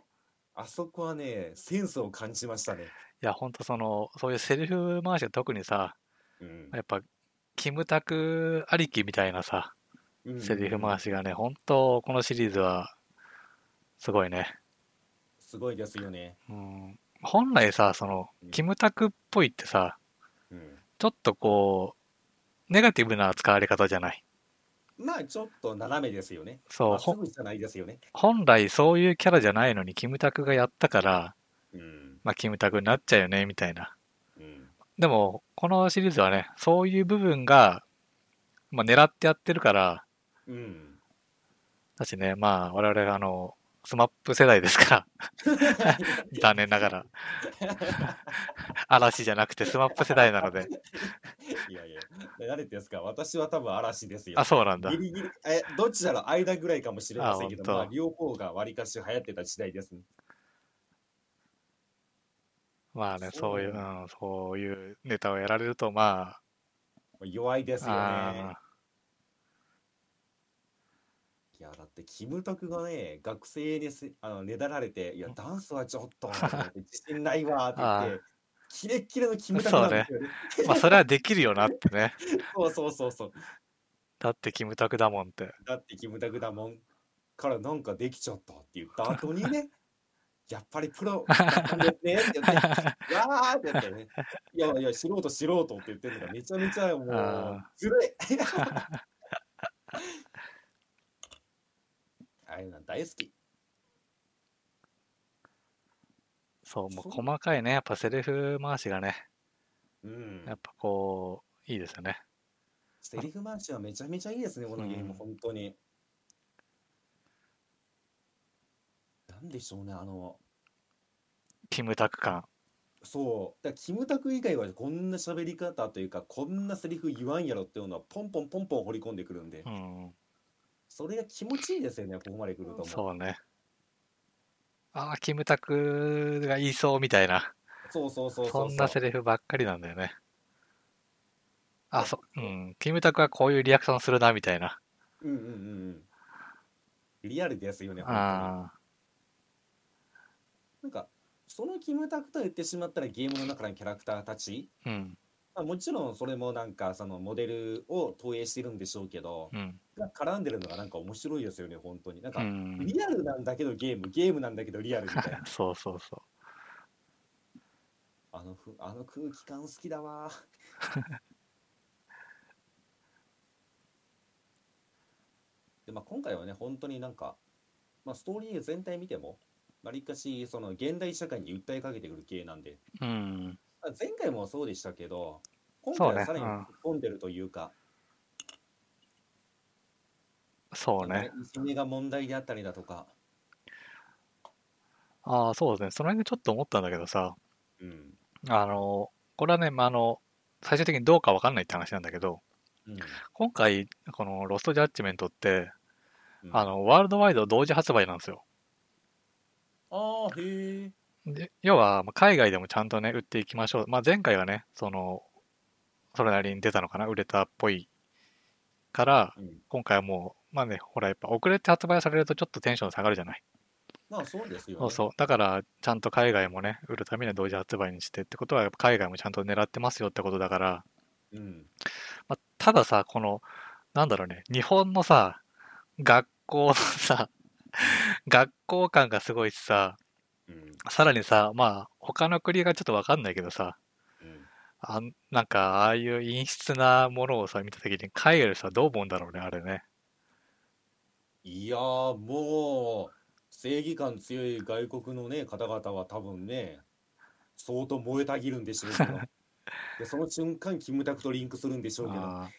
[SPEAKER 2] あそこはね、センスを感じましたね。
[SPEAKER 1] いや、ほんとその、そういうセリフ回しが特にさ、
[SPEAKER 2] うん
[SPEAKER 1] やっぱ、キムタクありきみたいなさ、セリフ
[SPEAKER 2] うん
[SPEAKER 1] 回しがね、ほんと、このシリーズは、すごいね。
[SPEAKER 2] すごいですよね。
[SPEAKER 1] うん、本来さ、その
[SPEAKER 2] うん、
[SPEAKER 1] キムタクっぽいってさ、
[SPEAKER 2] うん
[SPEAKER 1] ちょっとこう、ネガティブな使われ方じゃない。
[SPEAKER 2] まあ、ちょっと斜めですよね。
[SPEAKER 1] そ
[SPEAKER 2] ま
[SPEAKER 1] う、
[SPEAKER 2] っす
[SPEAKER 1] ほ
[SPEAKER 2] ぐじゃないですよね。
[SPEAKER 1] 本来そういうキャラじゃないのに、キムタクがやったから、
[SPEAKER 2] うん。
[SPEAKER 1] まあ、キムタクになっちゃうよねみたいな
[SPEAKER 2] うん
[SPEAKER 1] でもこのシリーズはねそういう部分が、まあ、狙ってやってるから
[SPEAKER 2] うん
[SPEAKER 1] だしねまあ我々があのスマップ世代ですから 残念ながら嵐じゃなくてスマップ世代なので
[SPEAKER 2] いやいや、誰ですか私は多分嵐ですよ
[SPEAKER 1] あ。そうなんだ
[SPEAKER 2] ギリギリえどっちだろう間ぐらいかもしれませんけど、
[SPEAKER 1] あ本当
[SPEAKER 2] まあ、両方がわりかし流行ってた時代ですね。
[SPEAKER 1] まあね
[SPEAKER 2] そ
[SPEAKER 1] そうういう、うん、そういうネタをやられるとま
[SPEAKER 2] まあ弱いですよね
[SPEAKER 1] あ。
[SPEAKER 2] いやだってキムタクがね学生にすあのねだられて「いやダンスはちょっと自信ないわ」っ て
[SPEAKER 1] あ
[SPEAKER 2] 言ってキレッキレのキムタクなんですよね。
[SPEAKER 1] あまあそれはできるよなってね
[SPEAKER 2] そうそうそうそう。
[SPEAKER 1] だってキムタクだもんって
[SPEAKER 2] だってキムタクだもんからなんかできちゃったって言った後に ねやっぱりプロなんですねって言って「わー」って言ってね「いやいや素人素人」って言ってるのがめちゃめちゃもう
[SPEAKER 1] あ
[SPEAKER 2] ずるい あれなん大好き
[SPEAKER 1] そうもう
[SPEAKER 2] そう
[SPEAKER 1] 細かいねやっぱセリフ回しがね
[SPEAKER 2] うん
[SPEAKER 1] やっぱこういいですよね
[SPEAKER 2] セリフ回しはめちゃめちゃいいですねこのゲー
[SPEAKER 1] うん
[SPEAKER 2] ム本当になんでしょうねあの
[SPEAKER 1] キムタク感
[SPEAKER 2] そう。だからキムタク以外はこんな喋り方というか、こんなセリフ言わんやろっていうのは、ポンポンポンポン掘り込んでくるんで
[SPEAKER 1] う、ん
[SPEAKER 2] それが気持ちいいですよね、ここまで来るともう。そう
[SPEAKER 1] そうねああキムタクが言いそうみたいな
[SPEAKER 2] そうそうそう
[SPEAKER 1] そんなセ
[SPEAKER 2] リ
[SPEAKER 1] リフばっかりなんだよねあそううんキムタクはこういうリアクションするなみたいな
[SPEAKER 2] フ。うんうんうんうん。リアルですよね、本当に。
[SPEAKER 1] あ
[SPEAKER 2] なんか、そのキムタクと言ってしまったらゲームの中のキャラクターたち、
[SPEAKER 1] あうん
[SPEAKER 2] まあ、もちろんそれもなんか、そのモデルを投影してるんでしょうけど、
[SPEAKER 1] うん
[SPEAKER 2] が絡んでるのがなんか面白いですよね、本当に。なん
[SPEAKER 1] う
[SPEAKER 2] か、
[SPEAKER 1] ん
[SPEAKER 2] リアルなんだけどゲーム、ゲームなんだけどリアルみ たいな。
[SPEAKER 1] そうそうそ
[SPEAKER 2] あのふ、あの空気感好き だわ。で、まあ、今回はね、本当になんか、まあ、ストーリー全体見ても、わりかし、その現代社会に訴えかけてくる系なんで、
[SPEAKER 1] ううん
[SPEAKER 2] まあ前回もそうでしたけど、今
[SPEAKER 1] そう
[SPEAKER 2] 回
[SPEAKER 1] ね
[SPEAKER 2] はさらに
[SPEAKER 1] うん
[SPEAKER 2] 突っ込んでるというか、
[SPEAKER 1] そう
[SPEAKER 2] なん
[SPEAKER 1] ね
[SPEAKER 2] かいじめが問題であったりだとか、
[SPEAKER 1] ああそうですねその辺でちょっと思ったんだけどさ
[SPEAKER 2] うん、
[SPEAKER 1] あのこれはね、まあ、あの最終的にどうかわかんないって話なんだけど
[SPEAKER 2] うん、
[SPEAKER 1] 今回この「ロスト・ジャッジメント」って
[SPEAKER 2] うん
[SPEAKER 1] あのワールドワイド同時発売なんですよ
[SPEAKER 2] あーへえ、
[SPEAKER 1] で要はまあ海外でもちゃんとね売っていきましょう、まあ、前回はねそのそれなりに出たのかな売れたっぽいから
[SPEAKER 2] うん、
[SPEAKER 1] 今回はもうまあねほらやっぱ遅れて発売されるとちょっとテンション下がるじゃない
[SPEAKER 2] まあそうですよ
[SPEAKER 1] そう
[SPEAKER 2] ね。
[SPEAKER 1] そうだからちゃんと海外もね売るためには同時発売にしてってことはやっぱ海外もちゃんと狙ってますよってことだから
[SPEAKER 2] うん、
[SPEAKER 1] まあ、たださ、この、なんだろうね、日本のさ、学校のさ、 学校感がすごいしさ、
[SPEAKER 2] うん、
[SPEAKER 1] さらにさ、まあ、他の国がちょっとわかんないけどさ、
[SPEAKER 2] うん。
[SPEAKER 1] あんなんか、ああいう陰湿なものをさ、見たときに、海外の人はどう思うんだろうね、あれね。
[SPEAKER 2] いやーもう正義感強い外国のね方々は多分ね相当燃えたぎるんでしょう けどでその瞬間キムタクとリンクするんでしょうけど
[SPEAKER 1] あー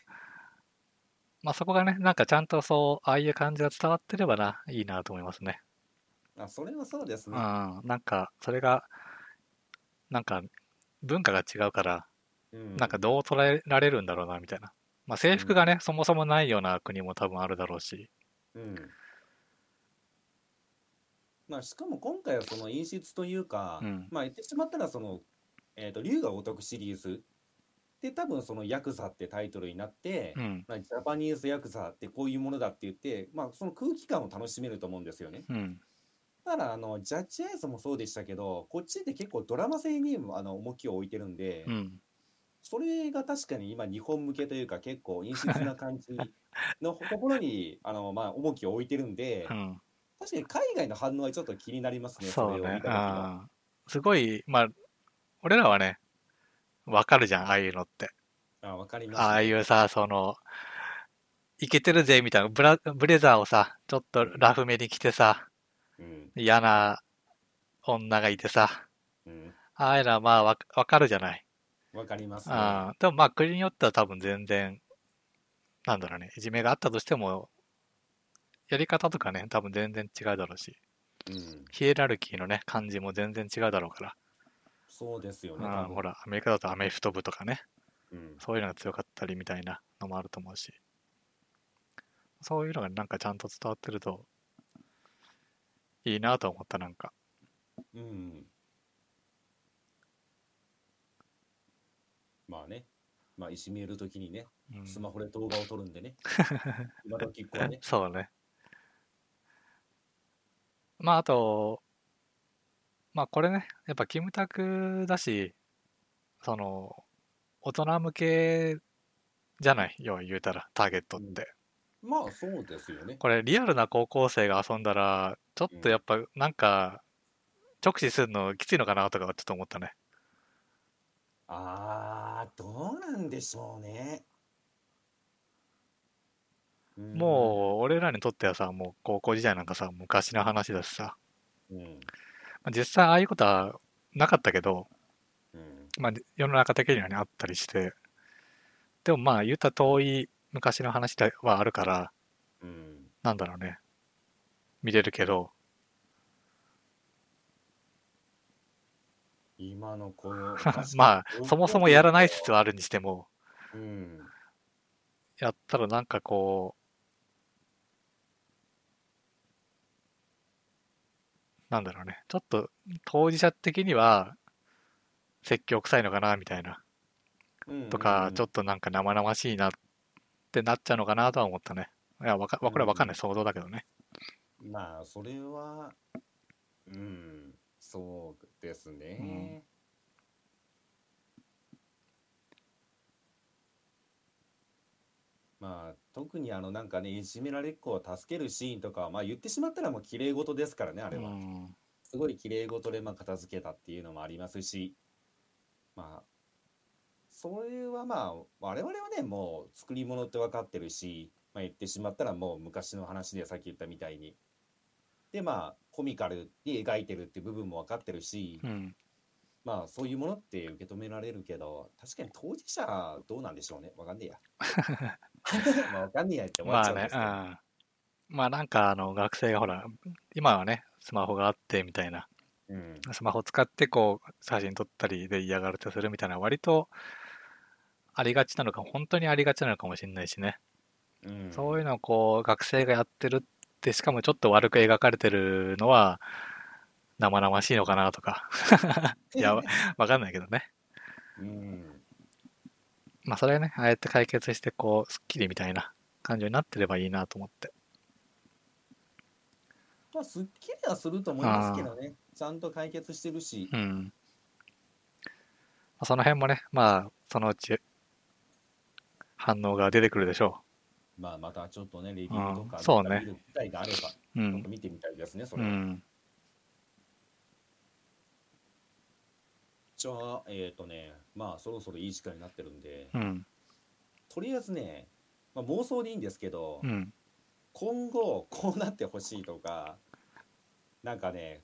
[SPEAKER 1] まあ、そこがね、なんかちゃんとそう、ああいう感じが伝わってればな、いいなと思いますね。
[SPEAKER 2] あそれはそうです
[SPEAKER 1] うん、
[SPEAKER 2] ね
[SPEAKER 1] なんか、それが、なんか、文化が違うから、
[SPEAKER 2] うん
[SPEAKER 1] なんかどう捉えられるんだろうなみたいな。まあ、制服がね、そもそもないような国も多分あるだろうし。
[SPEAKER 2] うんまあしかも今回はその演出というか、
[SPEAKER 1] うん
[SPEAKER 2] まあ言ってしまったらその「えー、と竜が如く」シリーズで多分その「ヤクザ」ってタイトルになって、
[SPEAKER 1] うん。
[SPEAKER 2] まあ、ジャパニーズヤクザってこういうものだって言って、まあ、その空気感を楽しめると思うんですよね。
[SPEAKER 1] うん。
[SPEAKER 2] ただあのジャッジアイズもそうでしたけどこっちって結構ドラマ性にもあの重きを置いてるんで、
[SPEAKER 1] うん。
[SPEAKER 2] それが確かに今日本向けというか結構陰湿な感じの ところにあの、まあ、重きを置いてるんで、
[SPEAKER 1] うん。
[SPEAKER 2] 確かに海外の反応はちょっと気になりますね
[SPEAKER 1] そう
[SPEAKER 2] れを見
[SPEAKER 1] ね。
[SPEAKER 2] た時は。
[SPEAKER 1] あーすごい、まあ、俺らはね、わかるじゃん、ああいうのって。
[SPEAKER 2] あわかります、
[SPEAKER 1] ああいうさ、その、イケてるぜ、みたいなブラ、ブレザーをさ、ちょっとラフめに着てさ、
[SPEAKER 2] うん
[SPEAKER 1] 嫌な女がいてさ、
[SPEAKER 2] うん、
[SPEAKER 1] ああいうのはまあわわかるじゃない。
[SPEAKER 2] わかります、ね。
[SPEAKER 1] あーでもまあ国によっては多分全然、なんだろうね、いじめがあったとしても、やり方とかね、多分全然違うだろうし、
[SPEAKER 2] うん、
[SPEAKER 1] ヒエラルキーのね、感じも全然違うだろうから、
[SPEAKER 2] そうですよね。
[SPEAKER 1] あ
[SPEAKER 2] 多
[SPEAKER 1] ー
[SPEAKER 2] 分
[SPEAKER 1] ほら、アメリカだとアメフト部とかね、
[SPEAKER 2] うん、
[SPEAKER 1] そういうのが強かったりみたいなのもあると思うし、そういうのがなんかちゃんと伝わってると、いいなと思った、なんか。
[SPEAKER 2] うん。まあね、まあ、いじめるときにね、
[SPEAKER 1] うん。
[SPEAKER 2] スマホで動画を撮るんで ね。今時っ子はね
[SPEAKER 1] そうね。まあ、あと、まあ、これね、やっぱキムタクだし、その、大人向けじゃない、要は言うたら、ターゲットって。
[SPEAKER 2] まあ、そうですよね。
[SPEAKER 1] これ、リアルな高校生が遊んだら、ちょっとやっぱ、なんか、直視するのきついのかなとか、ちょっと思ったね。
[SPEAKER 2] ああ、どうなんでしょうね。うん
[SPEAKER 1] もう、俺らにとってはさ、もう高校時代なんかさ、昔の話だしさ、
[SPEAKER 2] う、うん、
[SPEAKER 1] まあ実際ああいうことはなかったけど、
[SPEAKER 2] うん、
[SPEAKER 1] まあ、世の中的にはね、あったりして、でもまあ、言った遠い昔の話ではあるから、
[SPEAKER 2] うん。
[SPEAKER 1] なんだろうね、見れるけど、
[SPEAKER 2] 今のこ の
[SPEAKER 1] まあ、そもそもやらない説
[SPEAKER 2] は、
[SPEAKER 1] はあるにしても、
[SPEAKER 2] うん、
[SPEAKER 1] やったらなんかこう、なんだろうね、ちょっと当事者的には、説教臭いのかな、みたいな、
[SPEAKER 2] うん
[SPEAKER 1] とか、ちょ
[SPEAKER 2] っ
[SPEAKER 1] っとなんか生々しいなってなっちゃうのかなとは思ったね。いや、わか、これはわかんない、想像だけどね。
[SPEAKER 2] とまあそれはうんそうですね、まあ特にあのなんかねいじめられっ子を助けるシーンとかはまあ言ってしまったらもう綺麗事ですからねあれは、
[SPEAKER 1] うん
[SPEAKER 2] すごい綺麗事でまあ片付けたっていうのもありますしまあそれはまあ我々はねもう作り物って分かってるし、まあ、言ってしまったらもう昔の話でさっき言ったみたいにでまあコミカルに描いてるって部分も分かってるし、
[SPEAKER 1] うん、
[SPEAKER 2] まあそういうものって受け止められるけど確かに当事者どうなんでしょうね分かん ねえやまあ分かんねえやって思っ
[SPEAKER 1] まあ
[SPEAKER 2] ちゃうんで
[SPEAKER 1] ね
[SPEAKER 2] す、けど、
[SPEAKER 1] うん、まあなんかあの学生がほら今はねスマホがあってみたいな
[SPEAKER 2] うん
[SPEAKER 1] スマホ使ってこう写真撮ったりで嫌がらせするみたいな割とありがちなのか本当にありがちなのかもしれないしね、
[SPEAKER 2] うん
[SPEAKER 1] そういうのをこう学生がやってるってしかもちょっと悪く描かれてるのは生々しいのかなとか いやわわかんないけどね
[SPEAKER 2] うん
[SPEAKER 1] まあそれはねああやって解決してこうスッキリみたいな感情になってればいいなと思って
[SPEAKER 2] まあ、すっきりはすると思いますけどね、ちゃんと解決してるし、
[SPEAKER 1] うん。その辺もね、まあ、そのうち反応が出てくるでしょ
[SPEAKER 2] まあ、またちょっとね、レビューとか、
[SPEAKER 1] うんそうね
[SPEAKER 2] 見る機会があれば、ち
[SPEAKER 1] う。う
[SPEAKER 2] ょっと
[SPEAKER 1] ん。
[SPEAKER 2] 見てみたいですね、そうれは。
[SPEAKER 1] ん。
[SPEAKER 2] じゃあ、えっ、とね、まあ、そろそろいい時間になってるんで、
[SPEAKER 1] うん。
[SPEAKER 2] とりあえずね、まあ、妄想でいいんですけど、
[SPEAKER 1] うん。
[SPEAKER 2] 今後、こうなってほしいとか、なんかね、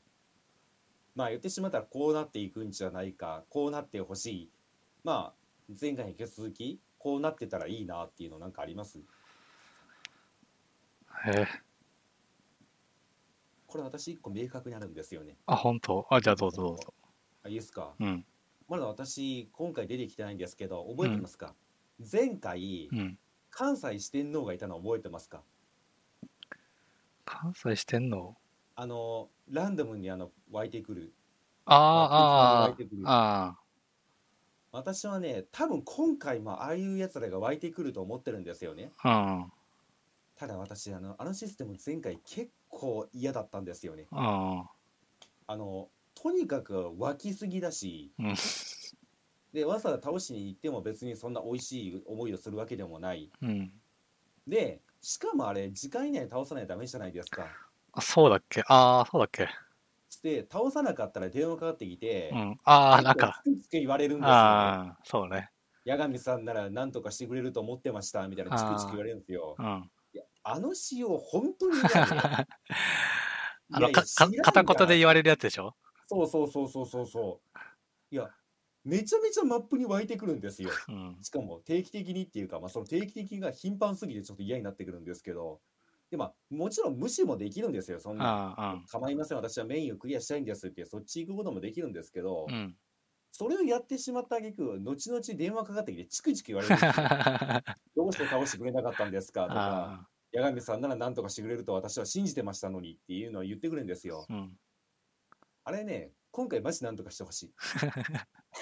[SPEAKER 2] まあ、言ってしまったら、こうなっていくんじゃないか、こうなってほしい、まあ、前回に引き続き、こうなってたらいいなっていうの、なんかあります
[SPEAKER 1] えー
[SPEAKER 2] これ、私、一個明確にあるんですよね。
[SPEAKER 1] あ、本当あ、じゃあどうぞどうぞ。
[SPEAKER 2] あ、いいですか。
[SPEAKER 1] うん。
[SPEAKER 2] まだ私、今回出てきてないんですけど、覚えてますか、前回
[SPEAKER 1] う、ん。
[SPEAKER 2] 関西四天王がいたの覚えてますか
[SPEAKER 1] 関西してんの
[SPEAKER 2] あの、ランダムにあの湧いてくる。湧
[SPEAKER 1] あ
[SPEAKER 2] いてくる
[SPEAKER 1] あ、ああ、ああ。
[SPEAKER 2] 私はね、多分今回もああいうやつらが湧いてくると思ってるんですよね。
[SPEAKER 1] うん。
[SPEAKER 2] ただ私、あのあのシステム前回結構嫌だったんですよね。
[SPEAKER 1] うん。
[SPEAKER 2] あの、とにかく湧きすぎだし、
[SPEAKER 1] うん
[SPEAKER 2] で、わざわざ倒しに行っても別にそんな美味しい思いをするわけでもない。
[SPEAKER 1] うん。
[SPEAKER 2] で、しかもあれ、時間以内に倒さないとダメじゃないですか。
[SPEAKER 1] あ、そうだっけああ、そうだっけ
[SPEAKER 2] して倒さなかったら電話かかってきて、
[SPEAKER 1] うん。ああ、なんか、
[SPEAKER 2] つくつく言われるんですよ。
[SPEAKER 1] ああ、そうね。
[SPEAKER 2] 八神さんなら何とかしてくれると思ってましたみたいなチクチク言われるんですよ
[SPEAKER 1] う。ん。
[SPEAKER 2] あの仕様本当に嫌 でいや
[SPEAKER 1] あの、か、か
[SPEAKER 2] 知らん、
[SPEAKER 1] 片言で
[SPEAKER 2] から
[SPEAKER 1] 言われるやつでしょ
[SPEAKER 2] そうそうそうそうそうそう。いやめちゃめちゃマップに湧いてくるんですよ
[SPEAKER 1] うん。
[SPEAKER 2] しかも定期的にっていうか、まあ、その定期的が頻繁すぎてちょっと嫌になってくるんですけどで、まあ、もちろん無視もできるんですよそんな
[SPEAKER 1] あ
[SPEAKER 2] 構いません私はメインをクリアしたいんですってそっち行くこともできるんですけど、
[SPEAKER 1] あ、うん。 うん。
[SPEAKER 2] それをやってしまった挙句後々電話かかってきてチクチク言われるんですよどうして倒してくれなかったんですかとか
[SPEAKER 1] あ
[SPEAKER 2] 八神さんなら何とかしてくれると私は信じてましたのにっていうのを言ってくるんですよ
[SPEAKER 1] あ、うん。
[SPEAKER 2] あれね今回マジ何とかしてほし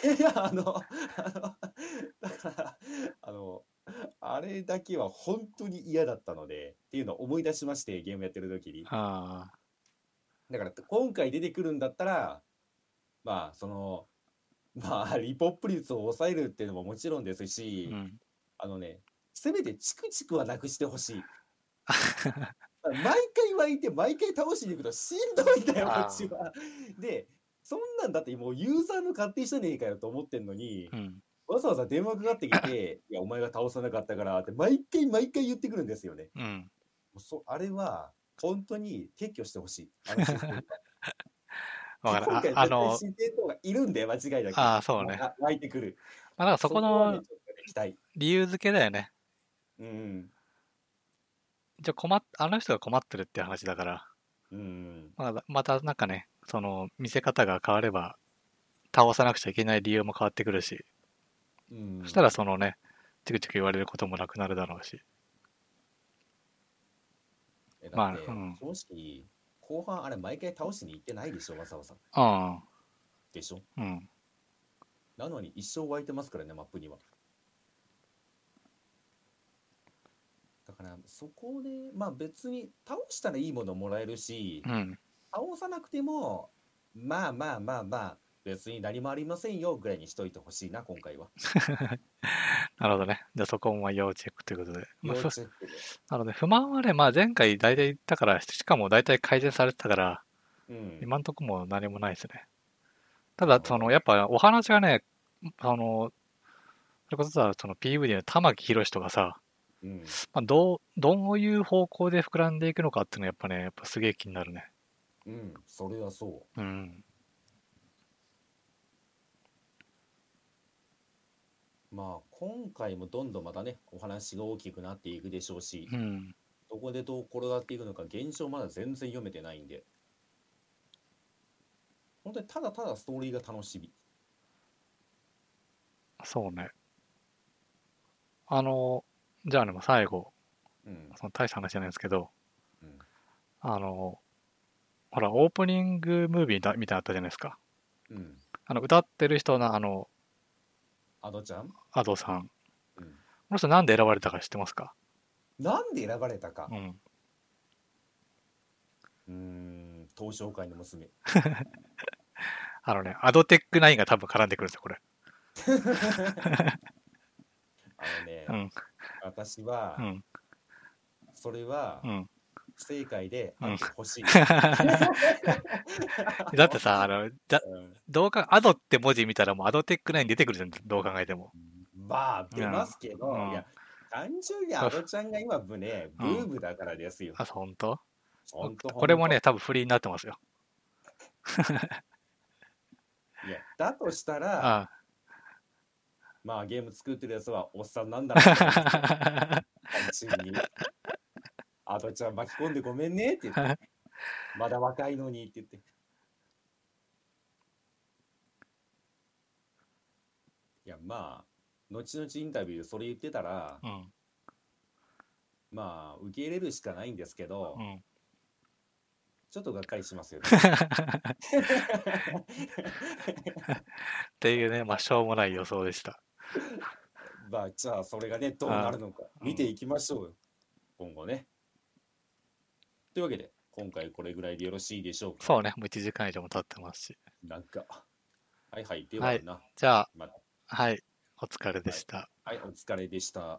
[SPEAKER 2] いいや あの あのだからあのあれだけは本当に嫌だったのでっていうのを思い出しましてゲームやってる時に
[SPEAKER 1] あ
[SPEAKER 2] だから今回出てくるんだったらまあそのまあリポップ率を抑えるっていうのももちろんです
[SPEAKER 1] あ、う
[SPEAKER 2] し、
[SPEAKER 1] ん。
[SPEAKER 2] あのねせめてチクチクはなくしてほしい毎回湧いて毎回倒しに行くとしんどいんだよこ
[SPEAKER 1] あー
[SPEAKER 2] っちはでそんなんだってもうユーザーの勝手にしたねえかよと思ってんのに
[SPEAKER 1] うん。
[SPEAKER 2] わざわざ電話かかって きて「いやお前が倒さなかったから」って毎回毎回言ってくるんですよね
[SPEAKER 1] うん。
[SPEAKER 2] もうそあれは本当に撤去してほしいあのシステム
[SPEAKER 1] わか
[SPEAKER 2] 今回
[SPEAKER 1] る。ああの
[SPEAKER 2] 絶、対自然党がいるんだよ、間違いだけど。
[SPEAKER 1] ああ、そうね。
[SPEAKER 2] わ湧いてくる。
[SPEAKER 1] まあ、だからそこ
[SPEAKER 2] はね
[SPEAKER 1] の
[SPEAKER 2] ちょっとね期待。
[SPEAKER 1] 理由付けだよね。
[SPEAKER 2] うん。
[SPEAKER 1] じゃあ困っ、あの人が困ってるって話だから、
[SPEAKER 2] うん。
[SPEAKER 1] まあ、またなんかね、その、見せ方が変われば、倒さなくちゃいけない理由も変わってくるし、
[SPEAKER 2] うん
[SPEAKER 1] そしたら、そのね、チクチク言われることもなくなるだろうし。
[SPEAKER 2] え
[SPEAKER 1] まあ
[SPEAKER 2] だって
[SPEAKER 1] うん
[SPEAKER 2] 正直、後半あれ毎回倒しに行ってないでしょ、わざわざ。
[SPEAKER 1] うん。
[SPEAKER 2] でしょ。
[SPEAKER 1] うん。
[SPEAKER 2] なのに一生湧いてますからね、マップには。だから、そこで、まあ別に倒したらいいものもらえるし、
[SPEAKER 1] うん。
[SPEAKER 2] 倒さなくても、まあまあまあまあ、別に何もありませんよぐらいにしといてほしいな、今回は。
[SPEAKER 1] なるほどね。じゃあそこもまあ要チェックということで。まあ、
[SPEAKER 2] 要
[SPEAKER 1] ふ
[SPEAKER 2] チェックで
[SPEAKER 1] なので、不満はね、まあ前回大体言ったから、しかも大体改善されてたから、
[SPEAKER 2] うん
[SPEAKER 1] 今んとこもう何もないですね。ただ
[SPEAKER 2] なる、ほど
[SPEAKER 1] その、やっぱお話がね、あの、それこそさ、その PV で玉木宏とかさ、
[SPEAKER 2] うん、
[SPEAKER 1] まあ、どう、どういう方向で膨らんでいくのかっていうのはやっぱね、やっぱすげえ気になるね。
[SPEAKER 2] うん、それはそ
[SPEAKER 1] うん。
[SPEAKER 2] う。まあ、今回もどんどんまたね、お話が大きくなっていくでしょうし、
[SPEAKER 1] うん。
[SPEAKER 2] どこでどう転がっていくのか、現象まだ全然読めてないんで、本当にただただストーリーが楽しみ。
[SPEAKER 1] そうね。あの、じゃあね、もう最後、
[SPEAKER 2] うん、
[SPEAKER 1] その大した話じゃないんですけど、
[SPEAKER 2] うん
[SPEAKER 1] あの、ほら、オープニングムービーだみたいなのあったじゃないですか。
[SPEAKER 2] うん、
[SPEAKER 1] あの、歌ってる人の、あの、
[SPEAKER 2] アドちゃん、
[SPEAKER 1] アドさん。こ
[SPEAKER 2] うん、
[SPEAKER 1] の人なんで選ばれたか知ってますか
[SPEAKER 2] なんで選ばれたか
[SPEAKER 1] う、ん。
[SPEAKER 2] うーん、東証会の娘。
[SPEAKER 1] あのね、アドテックナインが多分絡んでくるんですよ、これ。
[SPEAKER 2] あのね、
[SPEAKER 1] うん
[SPEAKER 2] 私は
[SPEAKER 1] う、ん。
[SPEAKER 2] それは
[SPEAKER 1] う、ん。
[SPEAKER 2] 不正解で
[SPEAKER 1] うん
[SPEAKER 2] あってほ しい。
[SPEAKER 1] だってさ、あの、だ
[SPEAKER 2] うん
[SPEAKER 1] どうか、アドって文字見たらもうアドテックナイン出てくるじゃん、どう考えても。
[SPEAKER 2] まあ出ますけど、
[SPEAKER 1] うん
[SPEAKER 2] いや単純にアドちゃんが今ブね、
[SPEAKER 1] う
[SPEAKER 2] ブ
[SPEAKER 1] ん
[SPEAKER 2] ームだからですよ。
[SPEAKER 1] あ、本当
[SPEAKER 2] ほんと
[SPEAKER 1] これもね、。多分フリーになってますよ。
[SPEAKER 2] ほんといやだとしたら、
[SPEAKER 1] あ
[SPEAKER 2] まあゲーム作ってるやつはおっさんなんだろうな 単
[SPEAKER 1] あ。
[SPEAKER 2] 純に。アドちゃん巻き込んでごめんねって言って、まだ若いのにって言って。いやまあ後々インタビューでそれ言ってたら、
[SPEAKER 1] うん。
[SPEAKER 2] まあ受け入れるしかないんですけど、
[SPEAKER 1] うん。
[SPEAKER 2] ちょっとがっかりしますよ ね。
[SPEAKER 1] っていうね、まあ、しょうもない予想でした。
[SPEAKER 2] まあじゃあそれがねどうなるのか
[SPEAKER 1] うん
[SPEAKER 2] 見ていきましょうよ、今後ね。というわけで今回これぐらいでよろしいでしょうか。
[SPEAKER 1] そうね、もう1時間以上も経ってますし。
[SPEAKER 2] なんかはいはいではな、
[SPEAKER 1] じゃあ、
[SPEAKER 2] また
[SPEAKER 1] はい、お疲れでした。
[SPEAKER 2] はいお疲れでした。